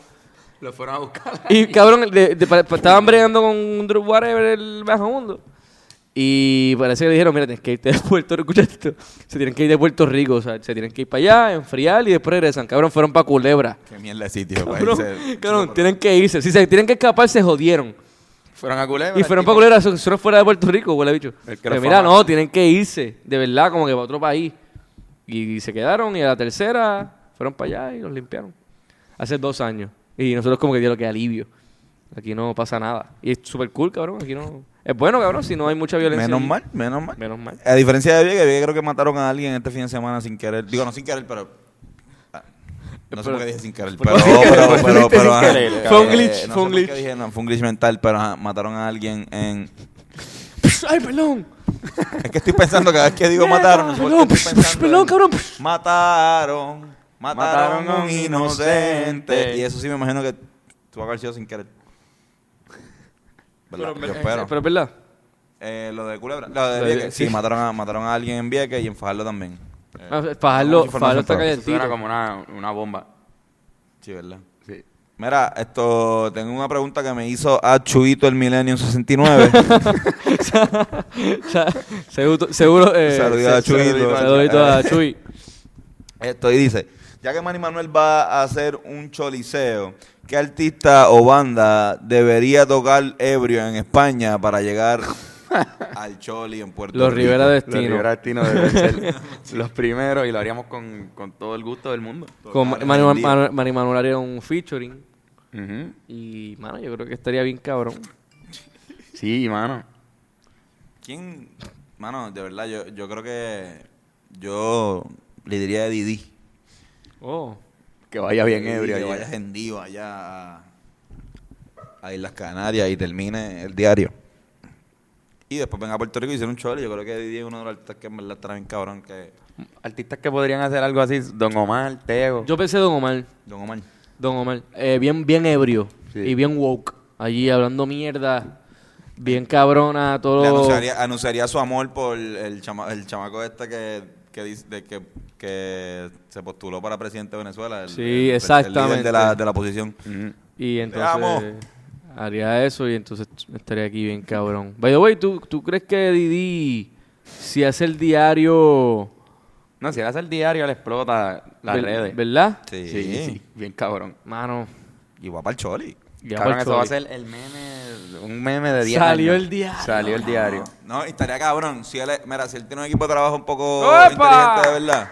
B: Lo fueron a buscar.
C: Y cabrón, de- de- pa- pa- estaban bregando con un dro- whatever el bajo mundo. Y parece que le dijeron, mira, tienes que irte de Puerto Rico, escucha esto. Se tienen que ir de Puerto Rico, o sea, se tienen que ir para allá, enfriar y después regresan. Cabrón, fueron para Culebra.
A: Qué mierda de sitio. para
C: Cabrón,
A: irse-
C: cabrón, tienen que irse. Si se tienen que escapar, se jodieron.
B: Fueron a culebra.
C: Y fueron para
B: culebra.
C: Culebra, eso eso no es fuera de Puerto Rico, huele bicho.
B: El que
C: Pero
B: lo
C: mira,
B: fama.
C: no, tienen que irse, de verdad, como que para otro país. Y, se quedaron, y a la tercera fueron para allá y los limpiaron. Hace dos años. Y nosotros como que dio lo que alivio. Aquí no pasa nada. Y es súper cool, cabrón. Aquí no... Es bueno, cabrón, si no hay mucha violencia.
A: Menos
C: allí.
A: mal, menos mal.
C: Menos mal.
A: A diferencia de Vieques, Vieques creo que mataron a alguien este fin de semana sin querer. Digo, no sin querer, pero. ah, No sé por qué dije sin querer, pero, pero, pero, pero,
B: Sin
A: ajá.
B: querer,
A: Eh,
C: Fue un glitch,
A: no sé
C: fue un
A: por qué
C: glitch.
A: dije, no, fue un glitch mental, pero ajá, mataron a alguien en...
C: Ay, perdón.
A: Es que estoy pensando cada vez que digo mataron, no sé por qué
C: Perdón,
A: estoy pensando
C: perdón,
A: en-
C: cabrón.
A: Mataron, mataron a
B: Mataron
A: un
B: a un
A: inocente.
B: inocente.
A: Y eso sí me imagino que tú vas a haber sido sin querer. ¿Verdad? Yo espero.
C: Pero es verdad.
A: Eh, lo de Culebra. Lo de
C: eh, Lo de-
A: Vieques. Sí,
C: sí.
A: mataron a, mataron a alguien en Vieques y en Fajardo también.
C: Ah, Fajardo,
A: mucha
C: Fajardo
A: Eh, información,
C: está
A: pero-
B: Eso suena
C: calientito.
B: como una, una bomba.
A: Sí, ¿verdad?
B: Sí.
A: Mira, esto tengo una pregunta que me hizo a Chuito el Millennium 69.
C: O sea, seguro, seguro eh,
A: Saludito a Eh,
C: se-
A: Chuy.
C: saludito- saludito a Chuy.
A: esto y dice, ya que Manny Manuel va a hacer un choliseo, ¿qué artista o banda debería tocar ebrio en España para llegar al choli en Puerto
C: Los
A: Rico?
C: Rivera
B: Los
C: Destino.
B: Rivera Destino deben ser los primeros y lo haríamos con, con todo el gusto del mundo.
C: Con Ma-
A: Total,
C: Manu,
A: rendí.
C: Manu- Manny Manuel haría un featuring.
B: Ujú.
C: Y, mano, yo creo que estaría bien cabrón.
B: Sí, mano.
A: ¿Quién? Mano, de verdad, yo, yo creo que yo le diría a Didi.
C: Oh.
B: Que vaya bien
A: Didi,
B: ebrio.
A: Que
B: allá.
A: vayas en Diva allá a, a Islas Canarias y termine el diario. Y después venga a Puerto Rico y hicieron un choli. Yo creo que Didi es uno de los artistas que en verdad traen cabrón que
B: Artistas que podrían hacer algo así, Don Omar, Tego.
C: Yo pensé Don Omar.
A: Don Omar.
C: Don Omar. eh, bien, bien ebrio.
B: Sí.
C: Y bien woke. Allí hablando mierda. Bien cabrona. Todo.
A: Le anunciaría, anunciaría su amor por el, chama- el chamaco este que, que, dice- de que, que se postuló para presidente de Venezuela. el-
C: Sí,
A: el- el líder
C: exactamente.
A: de, la, de la oposición.
B: Ujú.
C: Y
A: amo.
C: entonces haría eso y entonces estaría aquí bien cabrón. By the way, ¿tú, tú crees que Didi, si hace el diario...
B: No, si él hace el diario, le explota las
C: ver-
B: redes.
C: ¿Verdad?
A: Sí.
B: Sí, sí, bien cabrón.
C: Mano,
A: Y va para el choli.
C: ya
B: Cabrón,
C: pa'l
B: eso va a
C: choli.
B: ser el meme, un meme de 10
C: Salió
B: años.
C: el diario.
B: Salió el diario.
A: No, y estaría cabrón. Si él, es- mira, si él tiene un equipo de trabajo un poco
C: ¡Epa!
A: inteligente, de verdad.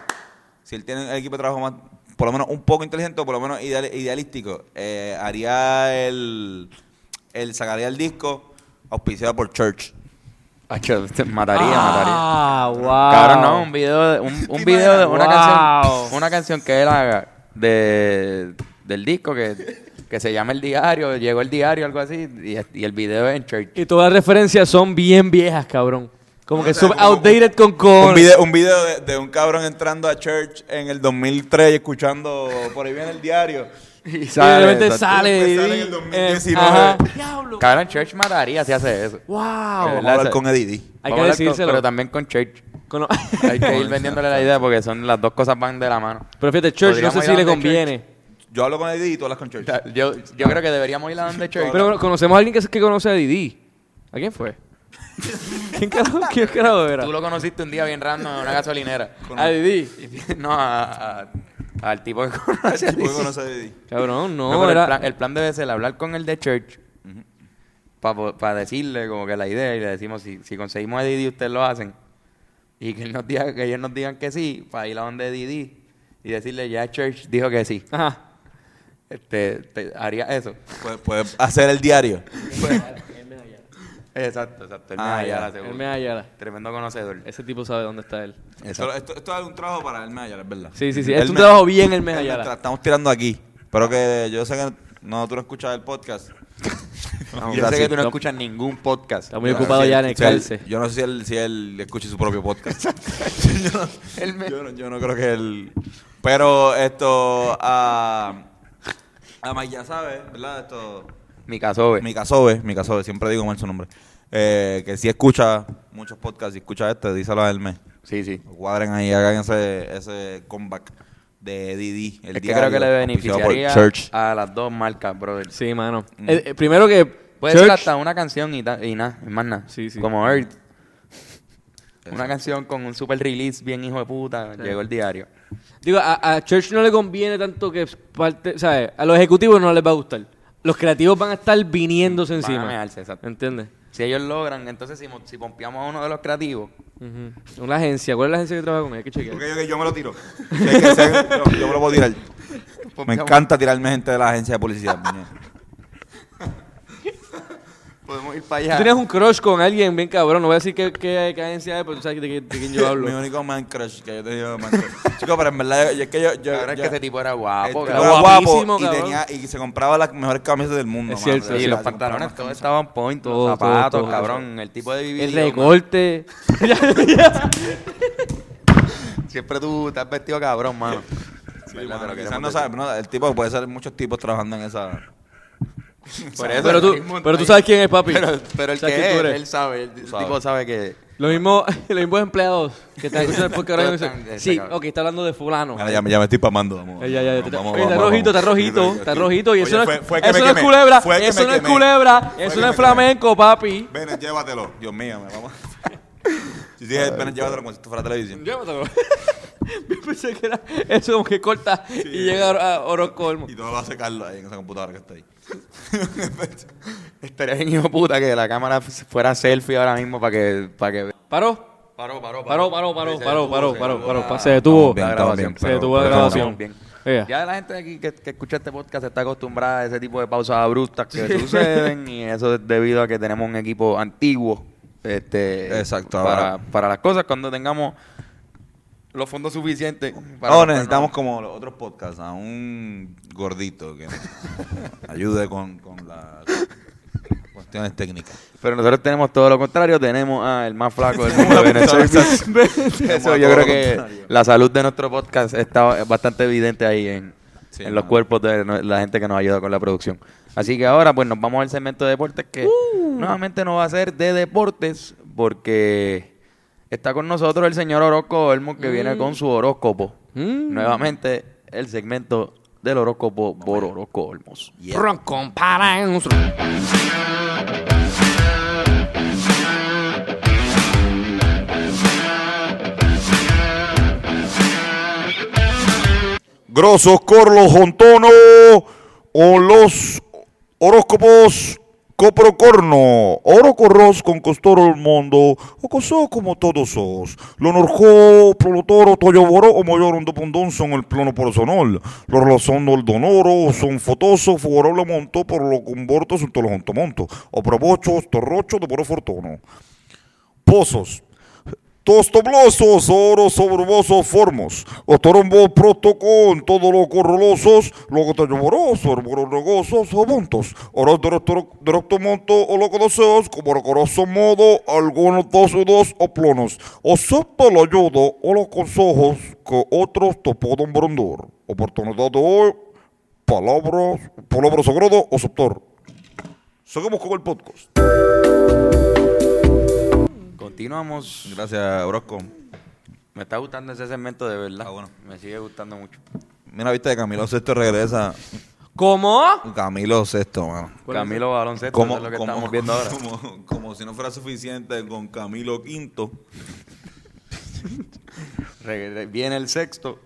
A: Si él tiene un equipo de trabajo más, por lo menos un poco inteligente, o por lo menos ideal- idealístico, eh, haría el, el. Sacaría el disco auspiciado por Church.
B: Acho, Ah, te- mataría, mataría.
C: Ah, wow.
B: Cabrón, no, un video, de- un, un video de una
C: Wow.
B: canción, una canción que él haga de, del disco que, que se llama El Diario, llegó el diario, algo así, y, y el video es en church.
C: Y todas las referencias son bien viejas, cabrón.
A: No,
C: Como
B: Ah,
C: que
A: o sea,
C: super
A: como-
C: outdated con
A: Un
C: con...
A: video, un video de, de un cabrón entrando a Church en el 2003 y escuchando por ahí viene el diario.
B: Y
C: Y de repente
B: exacto.
C: sale
A: Pues
C: Didi.
A: sale en el
C: eh,
A: 2019.
C: ajá. Diablo.
B: Cabrón, Church mataría si hace eso.
C: Wow.
A: Vamos a hablar con Edidi.
C: Hay
B: Vamos
C: que
B: a hablar con-
C: decírselo.
B: pero también con Church.
C: Con lo-
B: Hay que ir vendiéndole la idea porque son las dos cosas van de la mano.
C: Pero fíjate, Church, no
B: Podríamos
C: sé
B: ir
C: si le
B: donde Church.
C: conviene.
A: Yo hablo con Edidi y tú hablas con Church.
B: Ta- Yo, yo creo que deberíamos ir a donde Church.
C: Pero conocemos a alguien que, que conoce a Didi. ¿A quién fue? ¿Quién carajo, quién carajo era?
B: Tú lo conociste un día bien random en una gasolinera.
C: A Didi.
B: no, a- a- al tipo que conoce a
A: Tú
B: Didi.
A: conoces a Didi.
C: Cabrón, no,
B: No, pero
C: era...
B: el, plan, el plan debe ser hablar con el de Church para decirle como que la idea y le decimos si, si conseguimos a Didi ustedes lo hacen y que, él nos diga, que ellos nos digan que sí para ir a donde Didi y decirle ya Church dijo que sí.
C: Ajá.
B: Este, te- haría eso.
A: Puedes, puedes hacer el diario.
B: Exacto, exacto. Él me
A: Ah,
B: da ya
A: ya.
B: la
C: Él
B: segunda.
C: me hallará.
B: Tremendo conocedor.
C: Ese tipo sabe dónde está él.
A: Esto, esto, esto es un trabajo para el Mayar, es verdad.
C: Sí, sí, sí. Es
A: El
C: un
A: me-
C: trabajo bien el mes
A: el me-
C: Ayala.
A: Estamos tirando aquí. Pero que yo sé que no, tú no escuchas el podcast. No,
B: Yo sé
A: gracias.
B: que tú no escuchas ningún podcast.
C: Está muy
A: Yo no
C: ocupado
A: sé si
C: ya
A: él-
C: en el
A: si él-
C: calce.
A: Yo no sé si él, si él escucha su propio podcast. yo, no, yo no- yo no creo que él. Pero esto. A, a Mike ya sabe, ¿verdad? Esto.
B: Mi caso
A: Mi Casobe, mi Casobe, siempre digo mal su nombre. Eh, que si escucha muchos podcasts y escucha este, díselo a Hermes.
B: Sí, sí.
A: Cuadren ahí, hagan ese, ese comeback de Didi. El
B: es que creo que le
A: diario, auspiciado por
B: beneficiaría
A: Church.
B: a las dos marcas, brother.
C: Sí, mano. Eh, eh, primero que...
B: Mm. Puede
C: Church-
B: ser hasta una canción y, ta- y nada, y más nada.
C: Sí, sí.
B: Como Earth. Una canción con un super release bien hijo de puta. Llegó el diario.
C: Digo, a, a Church no le conviene tanto que parte... ¿Sabes? A los ejecutivos no les va a gustar. Los creativos van a estar viniéndose
B: Van a
C: encima.
B: mearse, exacto.
C: ¿Entiendes?
B: Si ellos logran, entonces si, mo- si pompeamos a uno de los creativos,
C: Ujú. Una agencia. ¿Cuál es la agencia que trabaja con él? Hay que chequear.
A: Ok, ok, yo me lo tiro. Sé que sé- yo, yo me lo puedo tirar. Me encanta tirarme gente de la agencia de publicidad. puñet.
B: podemos ir para
C: Tú
B: allá.
C: tienes un crush con alguien bien cabrón. No voy a decir qué, qué, qué agencia es, pero tú sabes de, qué- de quién yo
A: Mi
C: hablo.
A: único man crush que yo tenía man crush. Chicos, pero en verdad, yo- es que yo. yo,
B: Cabrón, es
A: yo-
B: que ese tipo era
A: este,
B: guapo.
A: era
B: cabrón.
A: guapo
C: guapísimo,
A: y,
C: cabrón.
A: tenía, y se compraba las mejores camisas del mundo.
C: Es
A: mano.
C: cierto,
B: Sí,
C: sí,
B: los
A: se compraba
B: pantalones,
A: unas
B: todo
A: camisas.
B: estaba en point,
C: Todo,
B: los
C: todo,
B: zapatos,
C: todo.
B: cabrón, el tipo de vivir.
C: El recorte.
B: Siempre tú estás vestido cabrón, mano.
A: Sí,
B: Verdad,
A: mano,
B: te lo
A: quizás
B: queremos
A: no
B: decir.
A: sabe, no, el tipo puede ser muchos tipos trabajando en esa.
B: Por eso,
C: Pero tú,
B: hay un montón-
C: pero tú sabes quién es, papi.
B: Pero, pero el que
C: Sabes quién tú
B: es,
C: eres.
B: él sabe, el, el
A: sabes.
B: tipo sabe que...
C: Lo mismo, los mismos empleados que están escuchando el podcast ahora mismo
B: Todos
C: dicen,
B: están
C: Sí,
B: destacados".
C: ok, está hablando de fulano.
A: Mira, ya, me- ya me estoy pamando, vamos.
C: Ya, Eh, ya, ya.
A: Vamos,
C: Está
A: vamos,
C: oye, está
A: vamos,
C: rojito, está
A: vamos.
C: rojito, está rojito. Y
A: Oye,
C: eso no
A: fue-
C: es-
A: fue que
C: eso
A: me
C: no es
A: quemé.
C: culebra,
A: Fue que
C: eso
A: me
C: no es
A: quemé.
C: culebra,
A: Fue
C: eso
A: que
C: no
A: me
C: es
A: quemé.
C: flamenco, papi.
A: Ven, llévatelo. Dios mío, me vamos. Si dije, ven, llévatelo como si esto fuera televisión.
C: Llévatelo. Yo pensé que era eso como que corta y llega a a Orocolmo.
A: Y todo lo hace Carlos ahí en esa computadora que está ahí.
B: Estaría bien hijo puta que la cámara fuera selfie ahora mismo para que... Para que...
C: ¿Paró?
B: Paró,
C: Paró, paró, paró, paró, paró, paró, paró. pa- Se
A: Estamos
C: detuvo.
A: bien,
B: La
A: estamos
B: grabación,
A: bien,
C: Se
A: pero-
C: detuvo la
A: pero-
C: grabación.
B: bien.
C: Ea.
B: Ya la gente de aquí que, que escucha este podcast está acostumbrada a ese tipo de pausas abruptas que suceden y eso es debido a que tenemos un equipo antiguo este,
A: Exacto,
B: para,
A: ahora-
B: para las cosas cuando tengamos los fondos suficientes. para
A: No,
B: comprarnos-
A: necesitamos como los otros podcasts, a un gordito que nos ayude con, con las cuestiones técnicas.
B: Pero nosotros tenemos todo lo contrario, tenemos al más flaco del mundo. en el service.
A: Tenemos
B: Este, eso
A: a
B: yo
A: todo lo
B: creo que
A: contrario.
B: la salud de nuestro podcast está bastante evidente ahí en,
A: Sí,
B: en los
A: mano.
B: cuerpos de no- la gente que nos ayuda con la producción. Así que ahora pues nos vamos al segmento de deportes que nuevamente no va a ser de deportes porque está con nosotros el señor Orozco Olmo que viene con su horóscopo.
C: Mm.
B: Nuevamente el segmento del horóscopo por Orozco Olmos.
F: Ron para en
A: Grosos Corlos Jontono o los horóscopos Coprocorno, oro corros con costoro el mundo, o coso como todos os. Lo norjó, prolotoro, toyoboró, o mayor un dopondón son el plono por sonol. Lo razón del donoro, son fotoso, fuoró lo monto, por lo comborto, son todos los monto. O probochos, torrocho, doporo fortono. Pozos, Tostoblosos, oros soborbosos formos, otorombo protocon, todos los corrolosos, loco talloborosos, orborogosos, obuntos, oros doroctomonto, o loco doseos, como rocoroso modo, algunos dos o dos o plonos, o sopo lo ayudo, o los consejos que otros topodon brondor, oportunidad de hoy, palabras, palabras sagrado o soptor. Seguimos con el podcast.
B: Continuamos.
A: Gracias, Orozco.
B: Me está gustando ese segmento de verdad.
A: Ah, bueno.
B: Me sigue gustando mucho.
A: Mira, viste, Camilo Sexto regresa.
C: ¿Cómo?
A: Camilo Sexto, mano.
C: ¿Cuál es
B: Camilo Baloncesto,
A: Como,
B: eso es lo que
A: como-
B: estamos viendo ahora.
A: como- como si no fuera suficiente con Camilo Quinto.
B: Regre- Viene el sexto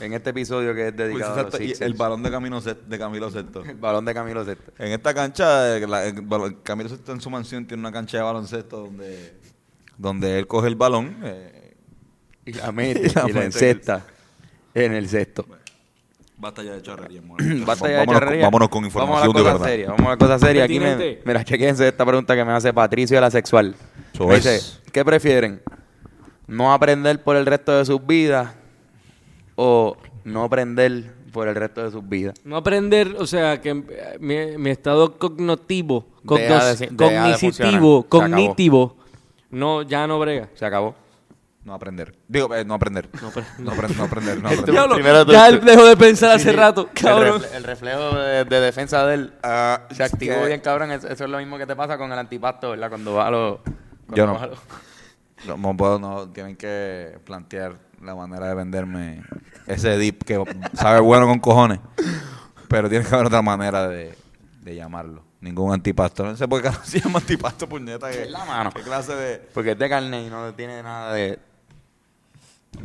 B: en este episodio que es
A: Pues,
B: dedicado a los
A: exacto, y
B: Sixers.
A: el balón de Camilo, Sex- de Camilo Sexto.
B: El balón de Camilo Sexto.
A: En esta cancha, eh, la- el balón- Camilo Sexto en su mansión tiene una cancha de baloncesto donde, donde él coge el balón. eh,
B: Y la mete,
A: Y la
B: y la
A: mete.
B: encesta en el sexto.
A: basta ya de charrería,
B: Basta ya de
A: vámonos, con,
B: charrería.
A: vámonos con
B: vamos a
A: información
B: la
A: de
B: cosa
A: verdad.
B: Seria, vamos a la cosa seria. Aquí me-
C: Pertinente.
B: mira, chequense esta pregunta que me hace Patricio de la Sexual.
A: Eso
B: Me
A: es.
B: dice, ¿qué prefieren? ¿No aprender por el resto de sus vidas o no aprender por el resto de sus vidas?
C: No aprender, o sea, que eh, mi, mi estado cognitivo,
B: Deja de ser- deja de
C: cognitivo,
B: funcionar. Se acabó.
C: cognitivo, no, ya no brega.
B: Se acabó.
A: No aprender. Digo, eh, no aprender. No,
C: pre-
A: aprender, no aprender, no aprender.
C: Diablo,
B: primero tú-
C: ya
B: tú-
C: él dejó de pensar hace rato,
B: El,
C: cabrón.
B: refle- el reflejo de, de defensa de él
A: Ah,
B: se activó
A: que-
B: bien, cabrón. Eso, eso es lo mismo que te pasa con el antipasto, ¿verdad? Cuando va a los. cuando
A: Yo no.
B: vas a los-
A: No, no puedo, no, tienen que plantear la manera de venderme ese dip que sabe bueno con cojones. Pero tiene que haber otra manera de, de llamarlo. Ningún antipasto. No sé por qué carajo se llama antipasto, puñeta. Que,
B: Es la mano.
A: ¿Qué clase de...?
B: Porque es de carne y no tiene nada de.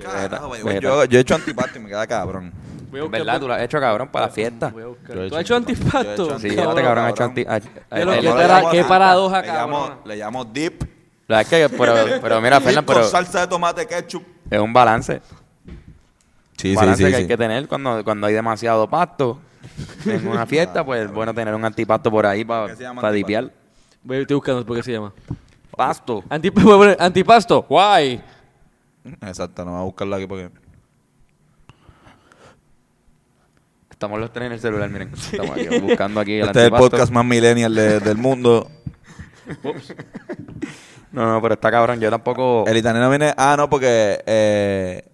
A: Carajo,
B: Vegeta-
A: güey,
B: vegeta.
A: yo, yo he hecho antipasto y me queda cabrón.
C: Voy a
B: En
C: buscar
B: verdad, tú
C: por-
B: lo has hecho, cabrón, para la fiesta.
C: voy a buscar.
A: Yo he
C: ¿Tú
A: hecho
C: has hecho
A: antipasto,
C: antipasto?
A: yo he hecho
B: Sí,
A: Cabrón,
B: este cabrón ha hecho
A: cabrón.
B: anti. a- a-
C: Yo lo
B: a-
A: No
C: qué
A: le
B: a-
A: llamo
C: para- qué
A: antipasto,
C: paradoja,
A: le llamo-
C: cabrona.
A: Le llamo dip.
B: La verdad es que, pero, pero mira,
A: Dip
B: Fernan,
A: con
B: pero
A: salsa de tomate ketchup.
B: es un balance.
A: Sí,
B: balance que hay que tener cuando, cuando hay demasiado pasto en una fiesta, pues bueno tener un antipasto por ahí para
A: ¿Qué se llama
B: para
A: antipasto?
B: dipear.
C: Voy- Estoy buscando por qué se llama.
B: Pasto.
C: Antip- voy a poner antipasto, guay.
A: Exacto, no voy a buscarla aquí porque...
B: Estamos los tres en el celular, miren. Estamos aquí buscando aquí el
A: Este es el
B: antipasto.
A: podcast más millennial de- del mundo.
B: No, no, pero está cabrón. Yo tampoco.
A: El italiano viene. Ah, no, porque eh,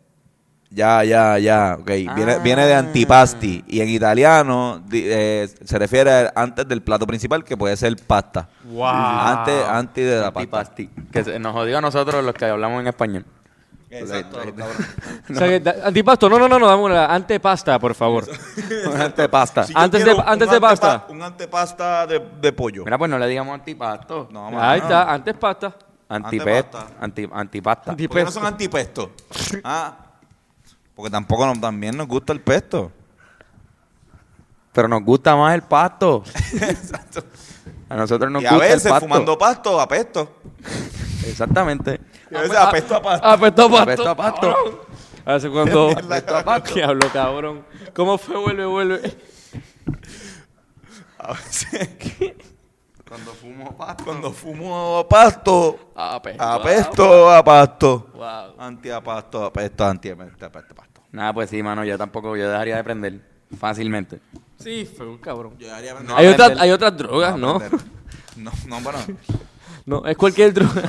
A: Ya, ya, ya. Ok. Viene, viene de antipasti. Y en italiano di- eh, se refiere al- antes del plato principal, que puede ser pasta.
G: Wow.
A: Antes, antes de la pasta.
B: Antipasti. Que se- nos jodió a nosotros los que hablamos en español.
A: Exacto,
C: O sea, que da- antipasto, no, no, no, no, dame una antepasta, por favor.
B: Un antepasta.
A: Si yo
C: Antes
A: quiero
C: de-
A: un-
C: antes
A: un
C: de pasta.
A: antepa- Un antepasta de, de pollo.
B: Mira, pues no le digamos antipasto.
A: No, mano.
C: Ahí está, antes pasta.
B: Antipest,
A: Antepasta.
B: anti, antipasta.
A: ¿Por qué no son antipestos? Ah, porque tampoco nos- también nos gusta el pesto.
B: Pero nos gusta más el pasto. A nosotros nos
A: y a
B: gusta
A: veces
B: el pasto.
A: fumando pasto, apesto.
B: Exactamente.
A: Y a veces apesto a pasto.
C: Ah, pues está pasto.
B: Apesto a pasto.
C: cabrón. Hace cuando.
B: Apesto a pasto.
C: ¿Qué hablo, cabrón? ¿Cómo fue? Vuelve, vuelve.
A: A veces
B: Cuando fumo pasto.
A: cuando fumo pasto,
C: Ah, pues.
A: apesto a pasto.
C: Wow.
A: Antiapasto, apesto, antiapesto, apesto, pasto.
B: Nada, pues sí, mano, yo tampoco, yo dejaría de prender fácilmente.
C: Sí, fue un cabrón.
A: Yo debería aprender.
B: No
C: hay,
B: aprender.
C: otras, hay otras drogas, ¿no?
A: aprender. No, no, bueno.
C: No, es cualquier droga.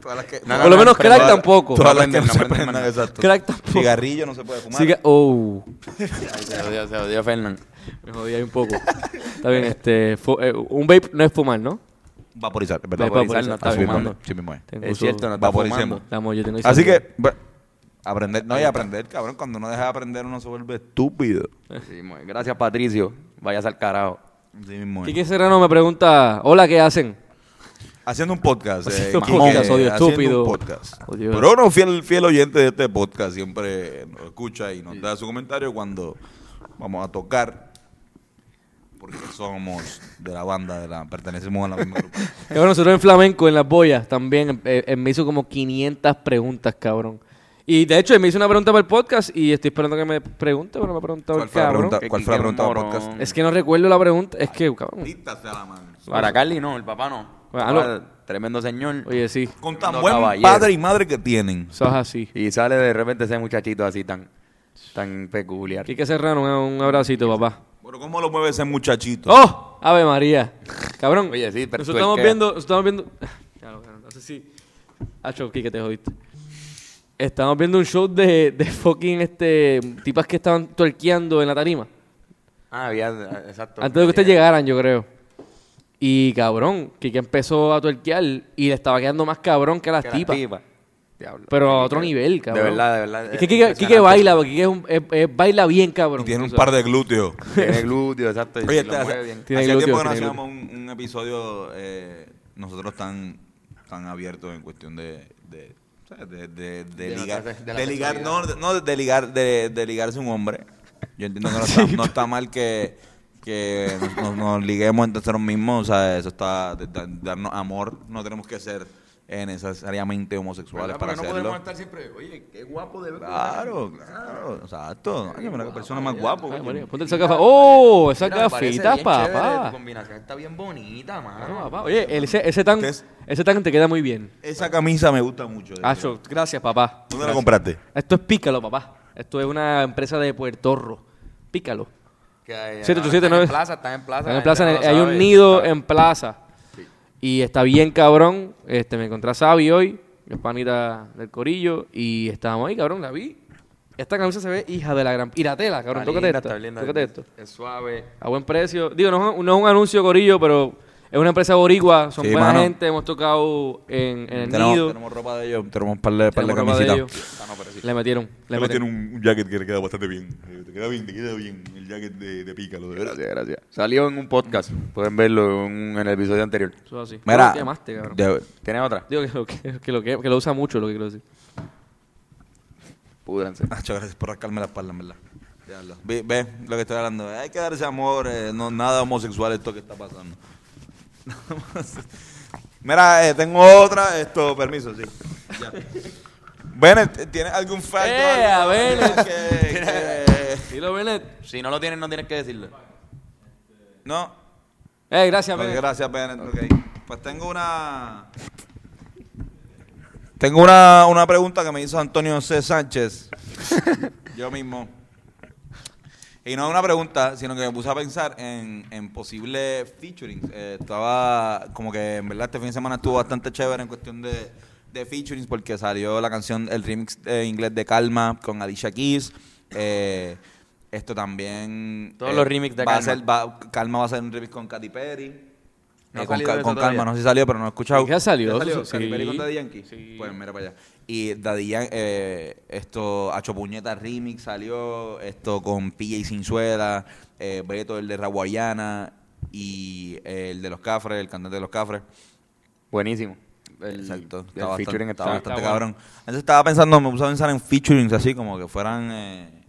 A: Todas las que,
B: No, no,
C: Por lo
B: no,
C: menos
B: pero
C: crack
B: ahora-
C: tampoco.
A: todas las que
B: aprenden,
A: no
B: no
A: se
B: aprenden
A: prendan,
B: más nada.
A: exacto.
C: Crack tampoco.
A: Cigarrillo no se puede fumar.
C: Siga- Oh.
B: Ay, se odió, se odió Fernan.
C: Me jodí ahí un poco. Está bien, este. fu- eh, un vape no es fumar, ¿no?
A: Vaporizar, es verdad.
B: Vaporizar,
C: Vaporizar,
B: no está
A: Así mismo
B: fumando.
A: es, sí mismo es.
C: Ah, Tengo
B: Es
C: su-
B: cierto, no está
A: Vaporicemos.
B: fumando.
C: Damos, yo tengo esa-
A: Así que, bueno, aprender, no, y aprender, cabrón. Cuando uno deja de aprender, uno se vuelve estúpido.
B: Sí, muy- gracias, Patricio. Vayas al carajo.
A: Sí mismo es.
C: Quique Serrano me pregunta: Hola, ¿qué hacen?
A: Haciendo un podcast.
C: Haciendo un
A: Quique,
C: podcast, odio
A: haciendo
C: estúpido.
A: Un podcast.
C: Odio-
A: Pero uno, fiel, fiel oyente de este podcast, siempre nos escucha y nos da su comentario cuando vamos a tocar. Porque somos de la banda, de la, pertenecemos a la misma grupo.
C: Cabrón, nosotros en Flamenco, en las boyas, también eh, eh, me hizo como 500 preguntas, cabrón. Y de hecho, él me hizo una pregunta para el podcast y estoy esperando que me pregunte, pero no me ha preguntado
A: ¿Cuál
C: el
A: fue la
C: cabrón.
A: pregunta,
B: Que
A: ¿cuál fue la
B: Quique es un
A: pregunta del
B: morón. pues,
A: podcast?
C: Es que no recuerdo la pregunta. Es que, cabrón.
A: Maldita sea la mano.
B: Para Carly no, el papá no.
C: Ah, no.
B: Papá, Tremendo señor.
C: Oye, sí.
A: Con tan
B: No,
A: buen
B: caballero.
A: padre y madre que tienen.
C: Eso es así.
B: Y sale de repente ese muchachito así tan, tan peculiar.
C: Quique Serrano, un, un abracito, papá.
A: Bueno, ¿cómo lo mueve ese muchachito?
C: ¡Oh! Ave María. Cabrón.
B: Oye, sí, pero
C: Nosotros
B: tú
C: estamos
B: el que-
C: viendo. nosotros Estamos viendo. Claro, claro, no sé si. Acho, Quique, te jodiste. Estamos viendo un show de, de fucking este. Tipas que estaban torqueando en la tarima.
B: Ah, había, exacto.
C: Antes de que ustedes llegaran, yo creo. Y cabrón, Kike empezó a tuerquear y le estaba quedando más cabrón que a las
B: Que las
C: tipas.
B: tipas. Diablo.
C: Pero a otro nivel, cabrón.
B: De verdad, de verdad.
C: Es que Kike, Kike baila, porque Kike es un- es- es- baila bien, cabrón.
A: Y tiene un
C: tú
A: par
C: sabes.
A: de glúteos.
B: Tiene glúteo, exacto. y
A: Oye,
B: lo
A: este,
B: mueve
A: hace,
B: bien.
C: Tiene
A: hacía tiempo
C: glúteos,
A: que no
C: tiene
A: hacíamos un, un episodio eh, nosotros tan, tan abiertos en cuestión de... de ¿sabes? de, de, de
B: De
A: ligar,
B: nuestra- de la
A: de ligar, no,
B: sexualidad.
A: de- no, de ligar, de, de ligarse un hombre. Yo entiendo que no está, no está mal que, que nos, nos- nos liguemos entre nosotros mismos, o sea, eso está, de- de- darnos amor, no tenemos que ser eh, necesariamente homosexuales
B: ¿Verdad?
A: para
B: Porque no
A: hacerlo.
B: podemos estar siempre, oye, qué guapo de ver.
A: Claro, claro, exacto. Ay, mira qué persona más guapo.
C: Ay, María,
A: coño.
C: ponte esa gafa. ¡Oh! Esas
B: Mira, parece
C: gafitas,
B: bien
C: papá.
B: chévere, Tu combinación está bien bonita, mano.
C: Ah, papá. Oye, el- ese, ese tan,
A: Ustedes-
C: ese tan te queda muy bien.
A: Esa camisa me gusta mucho. de
C: Acho, gracias, papá.
A: ¿Dónde la compraste?
C: Esto es Pícalo, papá. Esto es una empresa de puertorro. Pícalo.
B: Que hay-
C: 787
B: están en
C: no es-
B: plaza, están en plaza.
C: Están
B: la
C: en plaza,
B: gente
C: en-
B: no
C: hay
B: lo
C: un
B: sabe.
C: nido
B: Está-
C: en plaza. Y está bien cabrón. Este, me encontré a Sabi hoy, que es panita del corillo. Y estábamos ahí, cabrón, la vi. Esta camisa se ve hija de la gran... Y la tela, cabrón,
B: está
C: tócate
B: linda,
C: esta.
B: está linda,
C: Tócate esto.
B: Es suave.
C: A buen precio. Digo, no, es un- no es un anuncio corillo, pero es una empresa boricua. Son
A: Sí,
C: buena
A: mano.
C: gente. Hemos tocado en, en el
A: Tenemos,
C: nido.
A: tenemos ropa de ellos, tenemos un par de, par de
C: Tenemos ropa de
A: camisitas.
C: ellos. Le metieron. Le
A: Carlos
C: metieron.
A: un un jacket que le queda bastante bien. Eh, Te queda bien, te queda bien. El jacket de, de pícalo, de
B: Gracias, gracias. Salió en un podcast. Pueden verlo en, en el episodio anterior.
C: Eso es así.
A: Mira,
C: Lo quemaste, cabrón.
A: de-
B: ¿Tienes otra?
C: Digo que lo, que, que lo, que- que lo usa mucho, lo que quiero decir.
B: Púdranse.
A: Nacho, Ah, gracias por rascarme la espalda, en verdad. Diablo. Ve, ve lo que estoy hablando. Hay que dar ese amor, eh, no nada homosexual esto que está pasando. Nada más. Mira, eh, tengo otra, esto, permiso, sí. Ya. Bennett, ¿tienes algún fact? o
C: Eh,
A: algo
C: a Bennett.
A: que- que-
C: Sí, lo Benet.
B: Si no lo tienes, no tienes que decirlo.
A: No,
C: Eh, gracias,
A: Ok,
C: Benet.
A: gracias, Bennett. Ok. Pues tengo una. Tengo una, una pregunta que me hizo Antonio C. Sánchez. Yo mismo. Y no es una pregunta, sino que me puse a pensar en, en Eh, posibles featuring. estaba como que en verdad este fin de semana estuvo bastante chévere en cuestión de de featurings porque salió la canción, el remix eh, inglés de Calma con Alicia Keys. Eh, esto también.
B: Todos
A: eh,
B: los remix de
A: va a
B: Calma.
A: ser- va- Calma va a ser un remix con Katy Perry.
B: No
A: Eh,
B: ha
A: con
B: salido
A: Cal-
B: eso
A: con Calma,
B: todavía.
A: no sé si salió, pero no he escuchado.
C: Ya salió, sí.
A: Katy Perry con Daddy Yankee.
C: Sí.
A: Pues mira para allá. Y Daddy Yankee, eh, esto, Hacho Puñeta Remix salió, esto con Pilla y Cinzuela, eh, Beto, el de Raguayana, y eh, el de los Cafres, el cantante de los Cafres.
B: Buenísimo. El,
A: Exacto. Está
B: el
A: bastante,
B: featuring
A: está
B: está
A: bastante
C: bueno.
A: cabrón. Entonces estaba pensando, me puse a pensar en featurings así, como que fueran eh,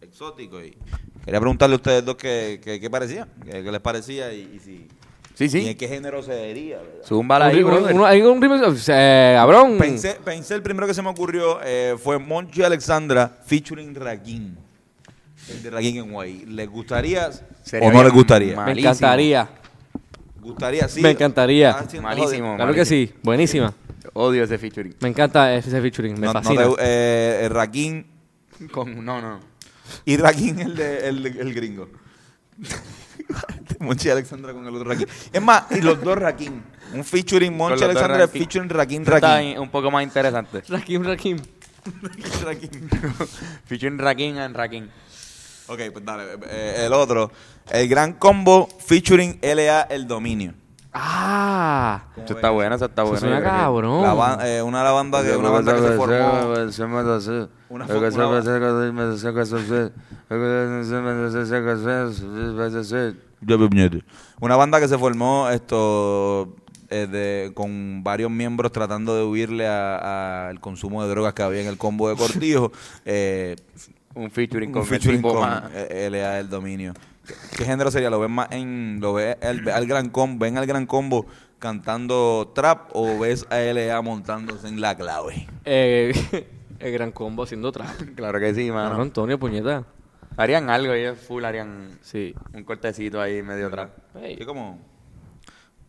A: exóticos. Y quería preguntarle a ustedes dos qué, qué, qué parecía, qué, qué les parecía y, y si.
B: Sí,
A: y en
B: sí.
A: qué género se vería, ¿verdad?
B: Zúmbala ahí,
C: Un-
B: brother.
C: uno- hay un remix, o sea, eh, cabrón.
A: Pensé, pensé el primero que se me ocurrió eh, fue Monchi Alexandra featuring Rakim. El de Rakim en Guay. ¿Les gustaría
B: Sería
A: o no les
B: bien
A: gustaría?
B: mal.
C: me
B: malísimo.
C: encantaría.
A: Gustaría, sí.
C: Me encantaría.
A: Está haciendo-
B: Malísimo.
C: Claro que sí, buenísima.
B: Odio ese featuring.
C: Me encanta ese featuring, me
A: No, no
C: fascina.
A: te- eh, eh, Rakim
B: Con- no, no.
A: y Rakim el, de, el, el gringo. Monchi Alexandra con el otro Rakim. Es más, y los dos Rakim. Un featuring
B: Con los
A: Monchi
B: dos
A: Alexandra
B: Rakim.
A: featuring Rakim
B: Está
A: Rakim.
B: in- un poco más interesante.
C: Rakim, Rakim.
A: Rakim.
B: featuring Rakim and Rakim.
A: Ok, pues dale. eh, el otro. El gran combo featuring LA El Dominio.
C: Ah,
B: Eso está bueno, eso está
C: eso
B: bueno.
C: suena
B: yo creo que-
C: cabrón.
A: Oh, La ban- eh, una de la banda que, una banda que se formó. Una fo- una ba- Una banda que se formó esto eh, de- con varios miembros tratando de huirle a- al consumo de drogas que había en el combo de Cortijo. eh,
B: Un featuring
A: un
B: con el
A: featuring
B: tipo
A: con
B: más-
A: eh, LA del dominio. ¿Qué, qué género sería? ¿Lo ven más en lo ve el- al gran combo, ven al gran combo cantando trap o ves a LA montándose en la clave?
C: Eh, el gran combo haciendo trap.
B: Claro que sí,
C: Claro,
B: mano.
C: Antonio, puñeta.
B: Harían algo, ellos full harían
C: Sí.
B: un cortecito ahí medio atrás.
A: Yo como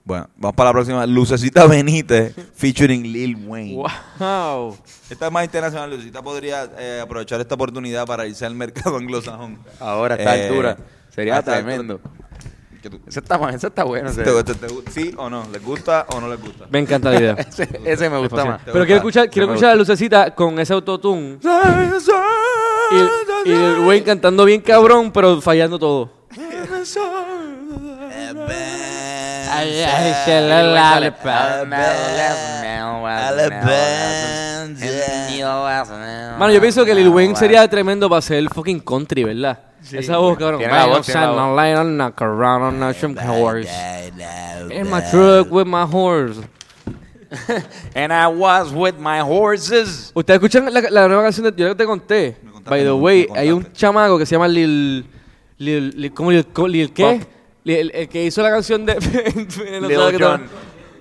A: Bueno, vamos para la próxima. Lucecita Benítez featuring Lil Wayne.
C: Wow.
A: Esta es más internacional. Lucita podría eh, aprovechar esta oportunidad para irse al mercado anglosajón.
B: Ahora a esta
A: Eh,
B: altura.
A: a
B: Sería
A: esta
B: tremendo.
A: altura. ¿Qué tú-
B: Eso está, ma- eso está bueno. Ese,
A: te gusta- te gusta- ¿Sí o no? ¿Les gusta o no les gusta?
C: Me encanta la idea.
B: ese- ese me gusta más.
A: ¿Te
C: Pero
A: gusta?
C: quiero escuchar, quiero
B: No me
C: escuchar a Lucecita con ese autotune. Y, el- y el güey cantando bien cabrón, pero fallando todo.
A: Ah,
C: Mano, yo pienso que Lil Wayne sería tremendo para hacer el fucking country, ¿verdad? Esa voz, cabrón.
B: Tiene la voz, tiene la voz.
C: Line on a crown on a shrimp horse. In my truck with my horse.
B: And I was with my horses.
C: ¿Ustedes escuchan la, la nueva canción de Yo te conté?
A: Me contaste,
C: By the
A: me- me
C: way,
A: contaste.
C: hay un chamaco que se llama Lil. Lil, Lil- ¿Cómo Lil, co- Lil qué?
B: Pump.
C: Lil- el, el que hizo la canción de. no
B: Lil
C: sabe qué tal.
B: Jon.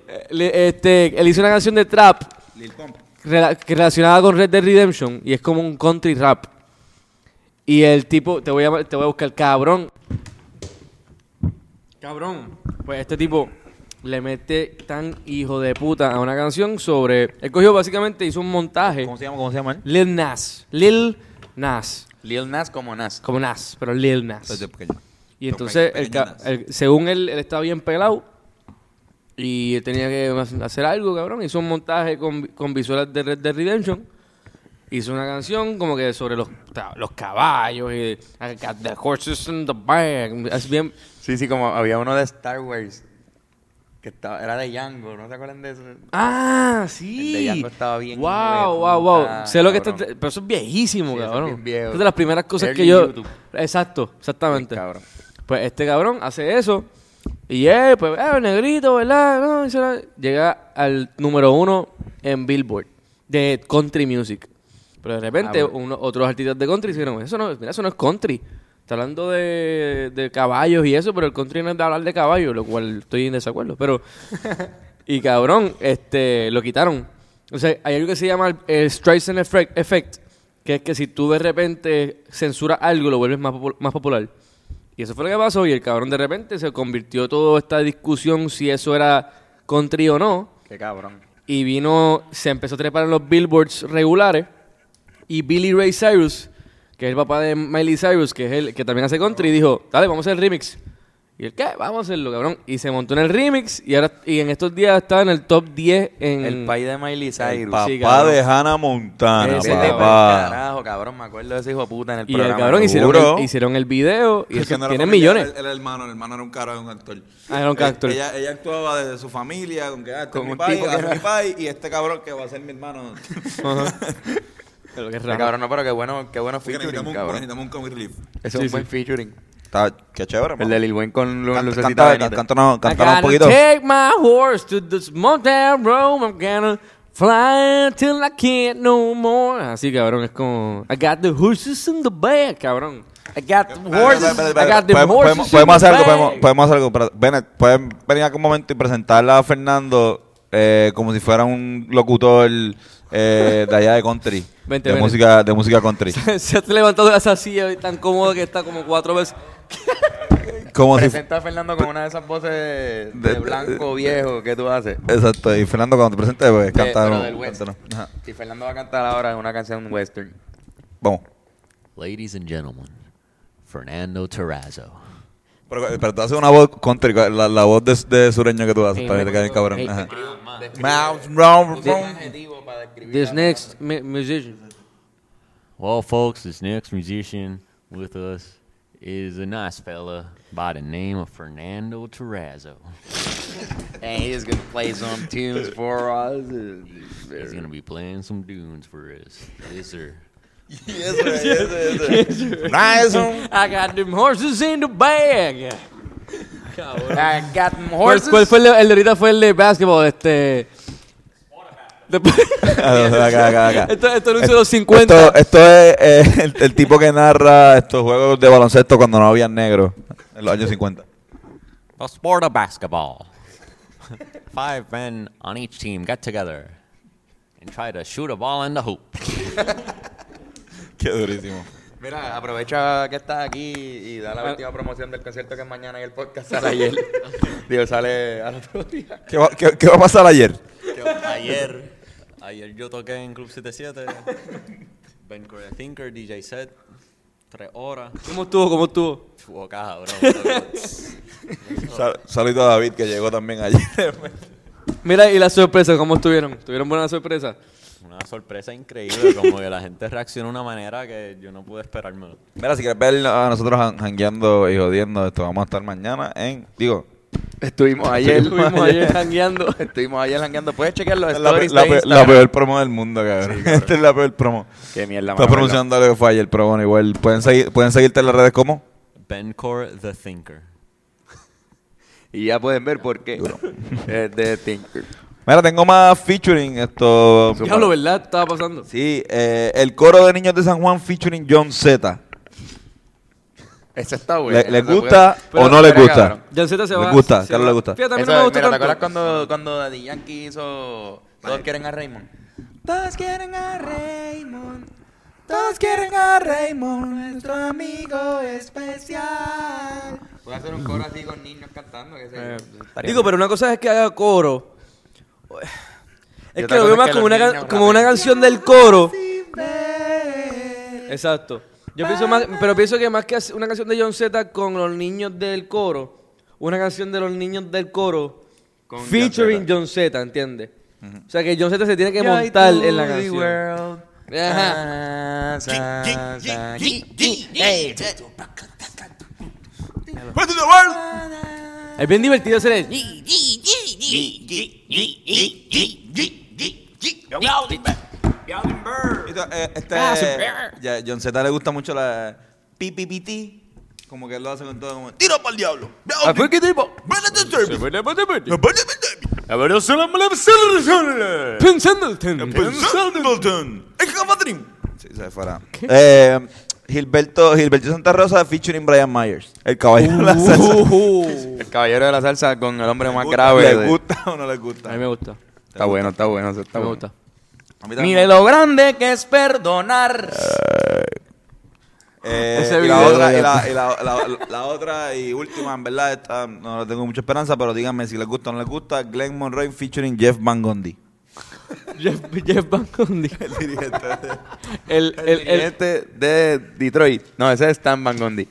C: Eh, li- Este, él hizo una canción de trap
A: Lil Pump.
C: rela- que relacionada con Red Dead Redemption y es como un country rap. Y el tipo, te voy a, te voy a buscar, cabrón. Cabrón. Pues este tipo le mete tan hijo de puta a una canción sobre. Él cogió básicamente, hizo un montaje.
A: ¿Cómo se llama? ¿Cómo se llama? él?
C: Lil Nas. Lil Nas.
B: Lil Nas como Nas.
C: Como Nas, pero Lil
B: Pues
C: Nas.
A: Desde Pues pequeño.
C: Y entonces, el ca- el- según él, él estaba bien pelado. Y él tenía que hacer algo, cabrón. Hizo un montaje con, con visuales de Red Dead Redemption. Hizo una canción como que sobre los, ta- los caballos y I got the horses in the bag. Es bien.
B: Sí, sí, como había uno de Star Wars que estaba, era de Django, ¿no se acuerdan de eso?
C: Ah,
B: El de
C: sí.
B: Django estaba bien hijo
C: Wow,
B: de
C: wow, wow.
B: puta,
C: sé lo que está.
B: cabrón.
C: Pero eso es viejísimo,
B: Sí, eso es
C: cabrón.
B: bien viejo.
C: Es de las primeras cosas que
B: Early
C: yo.
B: YouTube.
C: Exacto, exactamente.
B: Bien cabrón.
C: Pues este cabrón hace eso. Y eh, pues, eh, negrito, ¿verdad? No, y se la- Llega al número uno en Billboard de country music. Pero de repente,
B: Ah, bueno.
C: uno- otros artistas de country dijeron: Eso no, mira, eso no es country. Está hablando de, de caballos y eso, pero el country no es de hablar de caballos, lo cual estoy en desacuerdo. Pero y cabrón, este, lo quitaron. O sea, hay algo que se llama el, el Streisand Effect, Effect, que es que si tú de repente censuras algo, lo vuelves más, popu- más popular. Y eso fue lo que pasó, y el cabrón de repente se convirtió toda esta discusión si eso era country o no,
B: Qué cabrón.
C: y vino, se empezó a trepar en los billboards regulares, y Billy Ray Cyrus, que es el papá de Miley Cyrus, que es el que también hace country, dijo, dale, vamos a hacer el remix. Y el ¿qué? Vamos a hacerlo, cabrón. Y se montó en el remix y ahora y en estos días está en el top 10
A: Mm.
C: en
B: El país de Miley Cyrus.
A: Papá
C: Sí, cabrón.
A: de Hannah Montana,
B: Ese
C: Ese
B: tema,
C: de
A: Ah, papá.
B: Carajo, cabrón, me acuerdo de ese hijo de puta en el
C: Y el
B: programa.
C: cabrón
A: Seguro.
C: hicieron el, hicieron el video y
A: Es
C: eso
A: que no era
C: tiene
A: familiar,
C: millones.
A: Era, era el hermano, el hermano era un caro, era un actor.
C: Ah, era un
A: Eh,
C: actor.
A: Ella, ella actuaba desde su familia, con que ah, este
B: Con
A: es mi
B: un
A: pai,
B: tipo
A: ah,
B: que
A: es
B: era-
A: mi pai, y este cabrón que va a ser mi hermano.
C: Pero qué
B: Ese
C: raro.
B: cabrón, no, pero qué bueno, qué bueno
A: Porque
B: featuring,
A: necesitamos, un,
B: cabrón.
A: necesitamos un comic relief.
B: Ese es un buen featuring.
A: Está, qué chévere,
B: El de Lil Wayne con lu-
A: Canta-
B: lucecita
A: canta- um
B: bonita.
A: Cántanos
C: I
A: cántanos un
C: gotta
A: poquito.
C: take my horse to this mountain road. I'm gonna fly till I can't no more. Assim, Así, cabrón, es como... I got the horses in the bag, cabrón. I got the horses,
A: Espérate, espérate,
C: I got
A: espérate.
C: the
A: Podemos-
C: horses
A: podemos-
C: in
A: Podemos
C: the
A: hacer algo,
C: bag.
A: podemos, podemos hacer algo. espérate. Ven, pueden venir acá un momento y presentarla a Fernando eh, como si fuera un locutor eh, de allá de country.
C: Vente,
A: de,
C: vente.
A: música, de música country.
C: Se ha levantado de esa silla tan cómodo que está como cuatro veces.
A: Como si,
B: Presenta a Fernando con una de esas voces de,
A: de- de-
B: blanco viejo que tú haces.
A: exacto, y Fernando cuando te presentes, pues
B: De-
A: canta.
B: pero
A: un-
B: del West.
A: cántanos. Ajá.
B: Y Fernando va a cantar ahora una canción western.
A: Vamos.
E: Ladies and gentlemen, Fernando Terrazzo.
A: Pero, pero tú haces una voz country, la, la voz de, de sureño que tú haces, para que te quede bien cabrón.
C: Ey,
A: Ajá.
B: adjetivo para describir.
C: This next mu- musician.
E: Well, folks, this next musician with us is a nice fella by the name of Fernando Terrazzo.
B: And he's gonna play some tunes for us.
E: He's gonna be playing some dunes for us. Yes, sir.
A: Nice.
C: I got them horses in the bag.
B: I got them
C: ¿Cuál,
B: horses.
C: cuál fue el, de- el de ahorita? Fue el de basketball, este... De-
A: Acá, acá, acá.
C: Esto, esto anuncio de los 50.
A: Esto, esto es eh, el, el tipo que narra estos juegos de baloncesto cuando no había negro en los años 50.
E: The sport of basketball. Five men on each team get together and try to shoot a ball in the hoop.
A: Qué durísimo.
B: Mira, aprovecha que estás aquí y da la última promoción del concierto que es mañana y el podcast sale ayer. Digo, sale al otro día.
A: ¿Qué va, qué- qué va a pasar ayer?
E: Ayer, ayer yo toqué en Club 77. Ben Correa Thinker, DJ set, tres horas.
C: ¿Cómo estuvo? ¿Cómo estuvo?
E: Tuvo caja, bro.
A: Sal- Saludo a David que llegó también ayer.
C: Mira, y las sorpresas, ¿cómo estuvieron? ¿Tuvieron buenas sorpresas?
E: Una sorpresa increíble, como que la gente reaccionó de una manera que yo no pude esperármelo.
A: Mira, si quieres ver a nosotros han- jangueando y jodiendo esto, vamos a estar mañana en, digo,
B: Estuvimos ayer.
C: Estuvimos ayer jangueando.
B: Estuvimos ayer langueando. Puedes chequear los
A: es la, pe-
B: stories
A: la
B: de
A: pe- la
B: Instagram.
A: peor promo del mundo, cabrón. Esta es la peor promo.
B: Qué mierda,
A: Estás
B: mano,
A: pronunciando lo que fue ayer, pero bueno, igual. ¿Pueden, seguir, pueden seguirte en las redes como?
E: Bencor the Thinker.
B: ¿verdad? Y ya pueden ver por qué. es de Tinker.
A: Mira, tengo más featuring esto.
C: Diablo, ¿verdad? Estaba pasando.
A: Sí, eh, el coro de niños de San Juan featuring John Z.
B: Esa está buena.
A: ¿Les
B: esa fue-
A: gusta
B: Pero-
A: o no les
B: espera,
A: gusta?
B: cabrón.
C: Jan Z se
A: Le
C: va.
A: gusta,
C: se
A: Carlos
C: va.
A: le gusta.
C: Fíjate, a mí
B: Eso,
C: no me
B: mira,
C: gusta
B: ¿te acuerdas
C: tanto.
B: cuando, cuando Daddy Yankee hizo Todos quieren a Raymond? Todos quieren a Raymond. Todos quieren a Raymond, nuestro amigo especial. Eh, Voy a hacer un coro así con niños cantando. Que se, estaría
C: Digo,
B: bien.
C: pero una cosa es que haga coro.
B: Y
C: Es que
B: otra
C: lo
B: cosa
C: veo
B: es
C: más
B: que
C: como
B: los
C: una,
B: niños
C: can- como una
B: rapen.
C: canción del coro. Exacto. Yo pienso más, pero pienso que más que hacer una canción de John Z con los niños del coro, una canción de los niños del coro
B: Con
C: featuring John Z, ¿entiendes? O sea que John Z se tiene que montar en la canción. Ajá.
B: Ajá.
C: Es bien divertido hacer el.
A: Este, ya, John Z le gusta mucho la PPPT. Como que él lo hace con todo. Como, ¡Tiro para el diablo!
B: ¿A fue qué tipo?
C: Pensando el tema.
A: Sí, se fuera. Eh, Gilberto, Gilberto Santa Rosa featuring Brian Myers. El caballero de la salsa.
C: Uh,
B: El caballero de la salsa con el hombre más
A: ¿Le
B: grave.
A: ¿Le
B: de-
A: gusta o no le gusta?
C: a mí me gusta.
B: Está bueno, está bueno. eso Está
C: Me
B: bueno.
C: gusta.
A: A mí también.
B: Mire lo grande que es perdonar.
A: Eh,
C: Ese
A: y la
C: video
A: otra,
C: de-
A: y la, y la- la- la otra y última, en verdad, esta no le tengo mucha esperanza, pero díganme si les gusta o no les gusta. Glenn Monroe featuring Jeff Van Gondi.
C: Jeff, Jeff Van Gundy.
A: Dirigente de-
C: El, el, el,
B: este de Detroit. No, ese es Stan Van Gondi.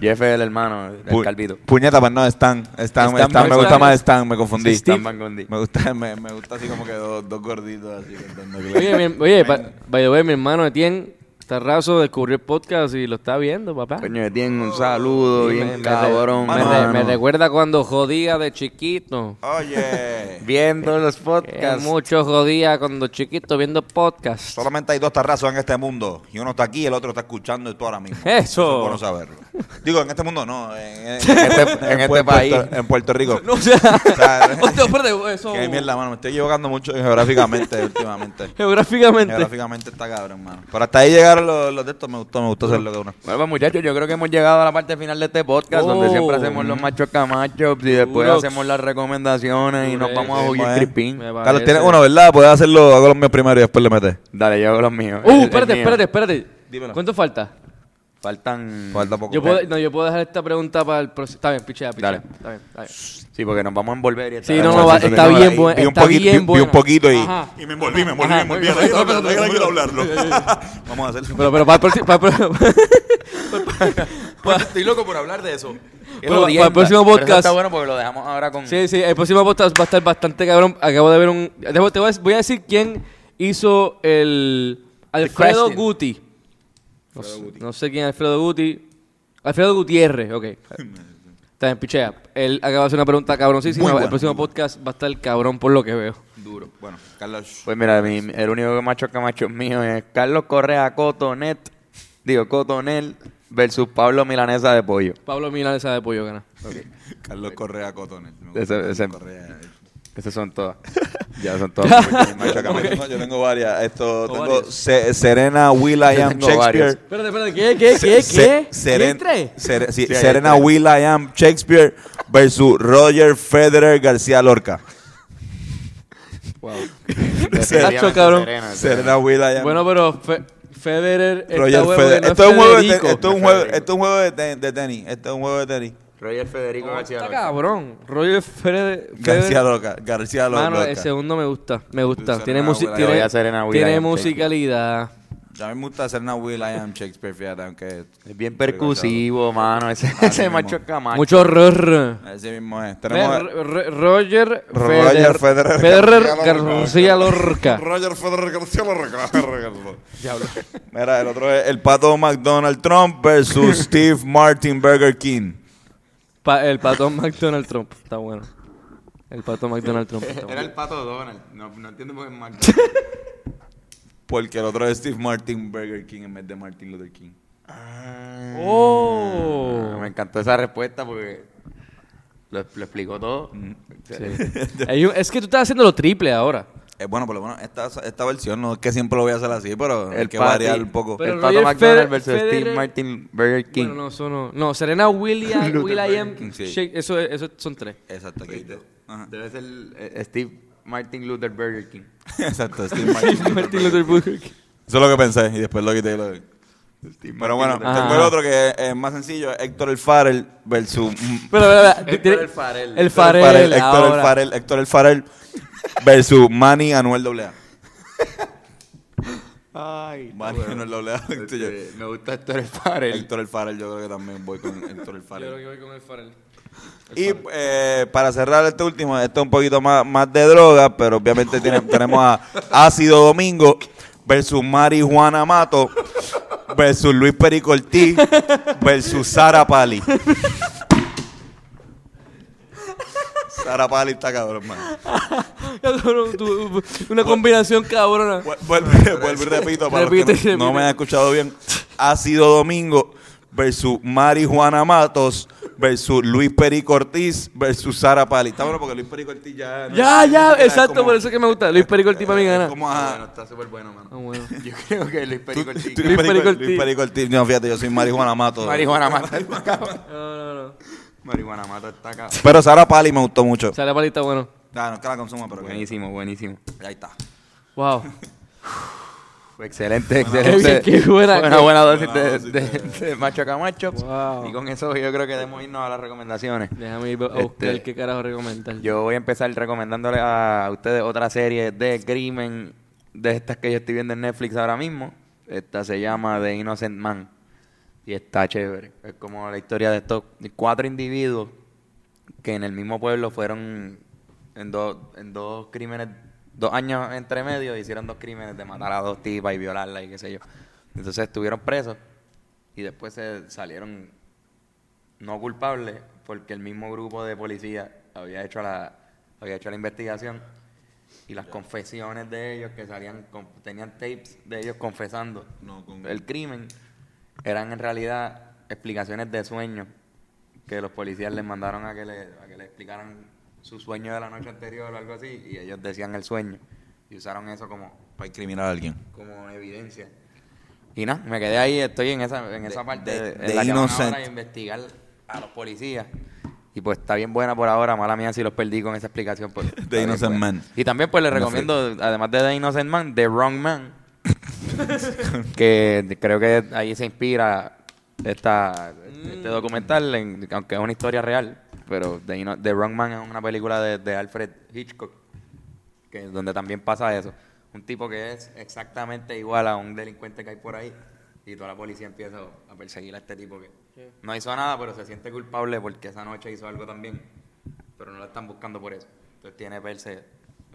B: Jeff es el hermano, el
A: Pu-
B: calvito.
A: Puñeta, pues no, Stan. Stan,
B: Stan
A: Stan, me
B: Van
A: gusta
B: Gundy.
A: más Stan, me confundí.
B: Sí, Stan Van Gundy.
A: Me gusta, me, me gusta así como que dos, dos gorditos así cantando.
C: Oye, mi, oye pa- by the way, mi hermano Etienne Tarrazo descubrió el podcast y lo está viendo, papá.
B: Coño, tiene un saludo
C: Me-
B: bien
C: me-
B: cabrón,
C: me,
B: mano.
C: me recuerda cuando jodía de chiquito.
A: Oye.
B: Viendo los
C: Que
B: podcasts.
C: mucho jodía cuando chiquito viendo podcast.
A: Solamente hay dos tarrazos en este mundo. Y uno está aquí y el otro está escuchando esto ahora mismo.
C: Eso.
A: es bueno saberlo. Digo, en este mundo no. En, en-
B: este- en este
A: Puerto-
B: país.
A: En Puerto Rico.
C: No, o sea,
A: O sea,
C: Hostia, espérate, eso-
A: Qué mierda, mano. Me estoy equivocando mucho geográficamente últimamente.
C: Geográficamente.
A: Geográficamente está cabrón, mano. Pero hasta ahí llegaron los, los de estos. Me gustó, me gustó hacerlo de una.
B: Bueno, pues, muchachos, yo creo que hemos llegado a la parte final de este podcast, donde
C: Oh.
B: siempre hacemos los machos camachos y después
C: Durox.
B: hacemos las recomendaciones y nos
C: Durex.
B: vamos a
A: Sí,
B: huir
A: pues.
B: crispín.
C: Me parece.
A: Carlos, tienes uno, ¿verdad? Puedes hacerlo, hago los míos primero y después le metes.
B: Dale, yo hago los míos. El-
C: Uh,
B: el
C: espérate,
B: mío.
C: espérate, espérate.
A: Dímelo.
C: ¿Cuánto falta?
B: Faltan.
A: Falta poco.
C: Yo puedo, no, yo puedo dejar esta pregunta para el próximo. Está bien, pichea, pichea.
B: Dale.
C: Está bien, está bien.
B: Sí, porque nos vamos a envolver y
C: Sí,
B: está-
C: no,
B: Sí,
C: no, va-
B: sí, sí,
C: está
B: sí, sí.
C: bien bueno.
A: vi un
C: Está
A: poquito- vi
C: bien
A: un-
C: bueno.
A: vi un poquito y-
C: Ajá.
A: Y me envolví, me envolví,
C: Ajá,
A: me envolví. Ahí
C: muy bien.
A: no me- no quiero hablarlo. Vamos a hacerlo.
C: Pero, pero para el próximo. Para, para-
A: Estoy loco por hablar de eso.
B: Qué
C: Pero para el
B: jodienda.
C: próximo
B: Pero eso
C: podcast-
B: Está bueno porque lo dejamos ahora con.
C: sí, sí, el próximo podcast va a estar bastante cabrón. Acabo de ver un. Debo- Te voy a, voy a decir quién hizo el. Alfredo
B: Krusty.
C: Guti. No, sé- no sé quién es Alfredo Guti. Alfredo Gutiérrez, ok. Está bien, pichea. Él acaba de hacer una pregunta cabroncísima.
A: Muy bueno,
C: el próximo
A: muy bueno.
C: podcast va a estar cabrón por lo que veo.
A: Duro. Bueno, Carlos.
B: Pues mira, mi- el único macho camacho mío es Carlos Correa Cotonet. Digo, Cotonel versus Pablo Milanesa de Pollo.
C: Pablo Milán esa de pollo gana.
A: Carlos Correa Cotones.
B: Ese- ese-
A: Correa.
B: Esas son todas. ya son todas.
A: Macho Camacho. No, Yo tengo varias. Esto, tengo
C: varias.
A: Se- Serena Will I Am
B: tengo
A: Shakespeare.
C: Espérate, espérate, ¿qué, qué, qué,
A: Se-
C: qué?
A: Seren-
C: ¿Quién trae?
A: Sere- sí,
B: Sí, ahí
A: Serena
B: trae.
A: Will I Am Shakespeare versus Roger Federer García Lorca.
C: Nacho, cabrón.
A: Serena Will I Am.
C: Bueno, pero Fe- Federer está
A: Roger
C: huevo
A: Federer.
C: que no
A: Esto es un juego de,
C: Federico.
A: te- esto es un juego,
B: Federico.
A: esto es un juego de, te- de tenis. Esto es un juego de tenis.
B: Roger Federico García.
C: Está
B: Lorca.
C: cabrón. Roger Federer.
A: García
C: Federer-
A: Lorca. García Lorca.
C: Mano, el segundo me gusta, me gusta.
A: Serena
C: Tiene, musi-
A: Williams.
B: Voy
C: tiene,
B: a Serena Williams,
C: tiene
B: sí.
C: musicalidad.
A: A mí me gusta Serena Will I Am Shakespeare, fíjate, aunque...
B: Es bien percusivo, mano. Ese, ese
A: mismo.
B: macho camacho.
C: Mucho horror.
A: Así mismo es. Tenemos...
C: Roger
A: Roger
C: Federer,
A: Federer García Lorca.
C: García Lorca.
A: Roger Federer García Lorca. Diablo. Mira, el otro es el pato McDonald Trump versus Steve Martin Burger King.
C: Pa- el patón McDonald Trump. Está bueno. El patón McDonald Trump. Está bueno.
B: el pato Donald. No, no entiendo por qué es macho.
A: Porque el otro es Steve Martin Burger King en vez de Martin Luther King.
C: Mm.
A: Mm.
C: Oh.
B: Ah, Me encantó esa respuesta porque lo, lo explicó todo.
C: Sí. Hay un- es que tú estás haciendo lo triple ahora.
A: Eh, bueno, por lo menos esta, esta versión no es que siempre lo voy a hacer así, pero hay
B: El
A: que
B: pati-
A: variar un poco.
C: Pero
B: el pato
C: Roger
B: McDonald
C: Feder-
B: versus Steve
C: Federer-
B: Martin Burger King.
C: Bueno, no, eso no. No, Serena Williams, William,
A: King, sí.
C: Shake- eso, es- eso son tres.
A: Exacto, aquí. Ajá.
B: Debe ser eh, Steve Martin Luther Burger King.
A: Exacto, Steve Martin.
C: Martin Luther Burger King.
A: Eso es lo que pensé y después lo quité. y Lo... Pero bueno,
C: Luther
A: tengo
C: King.
A: el otro que es, es más sencillo, Héctor el Farrell versus...
C: Pero, pero, pero, tiene-
B: el Farrell.
A: Héctor
C: El
A: el
C: Farrell.
A: Farrell, Héctor el
C: ahora.
A: Farrell, Héctor el Farrell versus Manny Anuel AA.
B: Ay,
A: Manny Anuel AA. Héctor, yo-
B: Este, me gusta este Héctor Farrell.
A: Héctor el Farrell, yo creo que también voy con Héctor el
C: Yo creo
A: Farrell.
C: que voy con el Farrell.
A: Y eh, para cerrar este último, esto es un poquito más, más de droga, pero obviamente tiene- tenemos a Ácido Domingo versus Marijuana Mato versus Luis Perico Ortiz versus Sara Pali. Sara Pali está cabrón, man.
C: Ya, cabrón, tú- Una combinación cabrona.
A: Vuel- Vuelvo vuelvo y repito para los que
C: Repite,
A: no, no
C: repite.
A: me han escuchado bien. Ha sido Domingo versus Mari Juana Matos versus Luis Perico Ortiz versus Sara Pali. Está bueno porque Luis Perico Ortiz ya... no-
C: Ya, ya,
A: es
C: exacto,
A: como-
C: por eso es que me gusta. Luis Perico el tipo a mí
A: es
C: gana.
A: como, ajá,
B: está súper bueno,
C: Ah,
B: mano.
C: bueno.
B: Yo creo que Luis Perico el
A: tú-
B: Chico.
A: Luis Perico
C: Ortiz.
A: Luis Perico Ortiz. No, fíjate, yo soy Mari Juana Matos.
B: Marihuana mata.
C: No, no, no.
B: Marihuana mata está acá.
A: Pero Sara Pali me gustó mucho.
C: Sale palita, bueno.
A: Ah, no es que la consuma, pero que-
B: Buenísimo, buenísimo.
A: ahí está.
C: Wow.
B: Excelente,
C: Qué bien,
B: excelente.
C: qué buena-
B: Una
C: qué-
B: buena dosis de, de- de macho camacho.
C: Wow.
B: Y con eso yo creo que debemos irnos a las recomendaciones.
C: Déjame ir a
B: Este-
C: buscar qué carajo recomendar.
B: Yo voy a empezar recomendándole a ustedes otra serie de crimen de estas que yo estoy viendo en Netflix ahora mismo. Esta se llama The Innocent Man. Y está chévere. Es como la historia de estos cuatro individuos que en el mismo pueblo fueron en dos, en dos crímenes, dos años entre medio, hicieron dos crímenes de matar a dos tipas y violarla y qué sé yo. Entonces estuvieron presos y después se salieron no culpables porque el mismo grupo de policía había hecho la, había hecho la investigación y las confesiones de ellos que salían, con- tenían tapes de ellos confesando
A: No, con-
B: el crimen, eran en realidad explicaciones de sueños que los policías les mandaron a que le, a que le explicaran su sueño de la noche anterior o algo así y ellos decían el sueño y usaron eso como
A: Para incriminar a alguien.
B: como evidencia. Y nada, me quedé ahí, estoy en esa, en esa parte
A: de- de
B: de, en la que van
A: innocent.
B: ahora a investigar a los policías. Y pues está bien buena por ahora, mala mía si los perdí con esa explicación. Pues, está bien
A: Innocent
B: buena.
A: Man.
B: Y también pues les
A: Netflix.
B: recomiendo, además de The Innocent Man, The Wrong Man. que creo que ahí se inspira esta, este documental, en- aunque es una historia real. Pero The, Inno- The Wrong Man es una película de- de Alfred Hitchcock que es donde también pasa eso. Un tipo que es exactamente igual a un delincuente que hay por ahí y toda la policía empieza a perseguir a este tipo que no hizo nada, pero se siente culpable porque esa noche hizo algo también, pero no la están buscando por eso. Entonces tiene perse.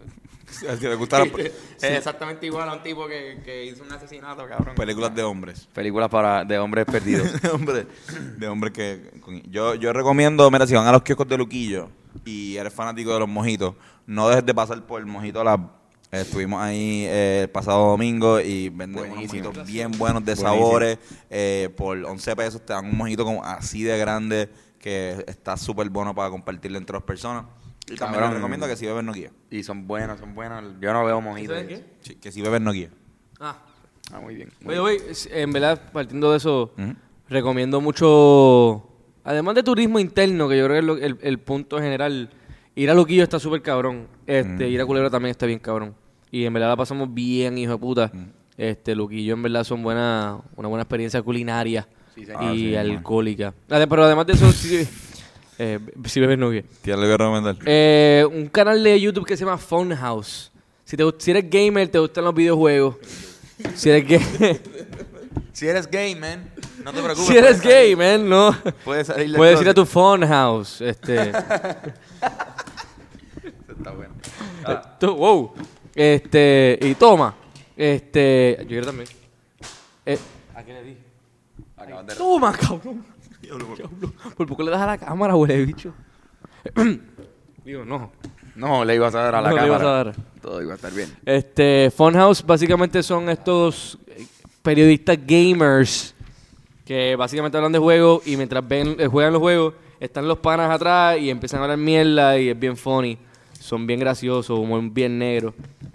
A: Si le gustaran
B: es exactamente igual a un tipo que, que hizo un asesinato, cabrón.
A: películas de hombres.
B: Películas para de hombres perdidos.
A: de hombre, de hombre que con- yo, yo recomiendo, mira, si van a los kioscos de Luquillo y eres fanático de los mojitos, no dejes de pasar por el mojito Lab. Estuvimos ahí eh, el pasado domingo y venden unos
B: Buenísimo.
A: mojitos bien buenos de
B: Buenísimo.
A: sabores. eh, por 11 pesos te dan un mojito como así de grande que está súper bueno para compartirlo entre dos personas. Y también les
B: Cabrón.
A: recomiendo que si bebes no guía.
B: y son buenos, son buenos. Yo no veo mojitos.
C: ¿Sabes qué?
A: Sí, que si bebes no guía.
C: Ah,
B: Ah, muy bien. muy
C: Oye, güey, en verdad, partiendo de eso,
A: Ujú.
C: recomiendo mucho, además de turismo interno, que yo creo que es lo- el, el punto general, ir a Luquillo está súper cabrón, este, ir a Culebra también está bien cabrón, y en verdad la pasamos bien, hijo de puta, este, Luquillo en verdad son buena, una buena experiencia culinaria
B: Sí,
C: y
B: señor.
A: Ah, sí, man.
C: alcohólica. Ade- Pero además de eso, sí, eh, si bebes no guíes.
A: Tía, le voy a recomendar.
C: Eh, un canal de YouTube que se llama Phone House. Si, te, gust- si eres gamer, te gustan los videojuegos. Si eres gay,
B: bien. Si eres gay, man, no te preocupes.
C: si eres
B: puedes
C: gay,
B: salir-
C: man, no.
B: Puedes salir del
C: Puedes ir a
B: closet.
C: tu Phone House. Este,
B: Está bueno.
C: eh, tú- wow. Este, y toma. Este, yo quiero también. Eh, ¿A qué le di?
B: Acabas de
C: Toma, cabrón. Diablo. Por poco le das a la cámara, huele bicho. Digo, no.
B: No, le ibas a dar a la
C: No le
B: cámara.
C: ibas a dar.
B: Todo iba a estar bien.
C: Este, Funhouse básicamente son estos eh, periodistas gamers que básicamente hablan de juegos y mientras ven, eh, juegan los juegos, están los panas atrás y empiezan a hablar mierda y es bien funny. Son bien graciosos, humor bien negro.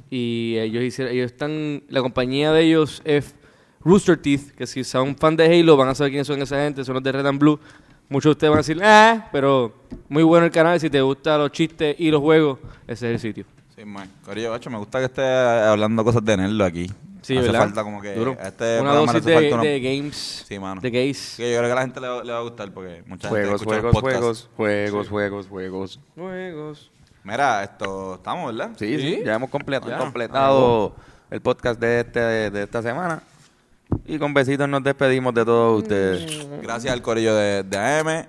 C: Y ellos hicieron, ellos están, la compañía de ellos es Rooster Teeth, que si son fan de Halo van a saber quiénes son esa gente, son los de Red and Blue. Muchos de ustedes van a decir, ah, pero muy bueno el canal, si te gustan los chistes y los juegos, ese es el sitio.
A: Sí, man. Corillo, bacho, me gusta que esté hablando cosas de nerdo aquí.
C: Sí,
A: Hace
C: ¿verdad?
A: falta como que
C: Duro.
A: a este programa
C: una
A: le
C: dosis
A: hace
C: de,
A: falta una-
C: de games.
A: Sí, mano.
C: De gays.
A: Que yo creo que a la gente le va, le va a gustar porque mucha
B: Juegos,
A: gente escucha
B: juegos,
A: los podcasts.
B: juegos, juegos, juegos, juegos.
C: Juegos.
A: Mira, esto estamos, ¿verdad?
B: Sí, sí, ya hemos completado,
A: Ya.
B: completado el podcast de, este, de esta semana. Y con besitos nos despedimos de todos ustedes.
A: Gracias al corillo de, de AM,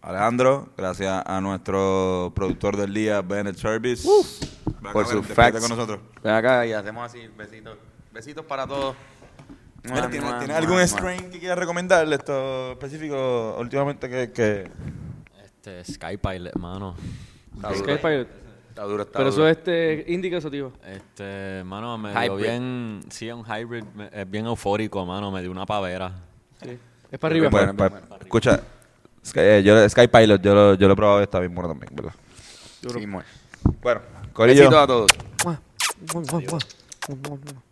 A: Alejandro. Gracias a nuestro productor del día, Bennett Service. Ven acá, Bennett,
B: Por sus
A: despídete
B: facts.
A: con nosotros.
B: Ven acá y hacemos así, besitos. Besitos para todos.
A: Mira,
B: Mua,
A: ¿Tienes,
B: mua,
A: tienes
B: mua,
A: algún
B: mua.
A: stream que quieras recomendarle esto específico últimamente que, que
E: Este, Skypilot, mano.
B: Está duro,
C: Skype Pilot.
B: está duro, está
C: Pero
B: duro.
C: eso es este, indica eso, tío.
E: Este, mano, me dio
B: Hybrid.
E: bien. Sí, un hybrid. me- Es bien eufórico, mano. Me dio una pavera.
C: Sí. Es para arriba.
A: Bueno, pues, escucha, Sky, eh, yo, Sky Pilot, yo lo, yo lo he probado y está bien bueno también, ¿verdad?
B: Sí, mua.
A: Bueno, corillo.
B: Besitos a todos.
C: Mua, mua, mua, mua. Mua, mua, mua.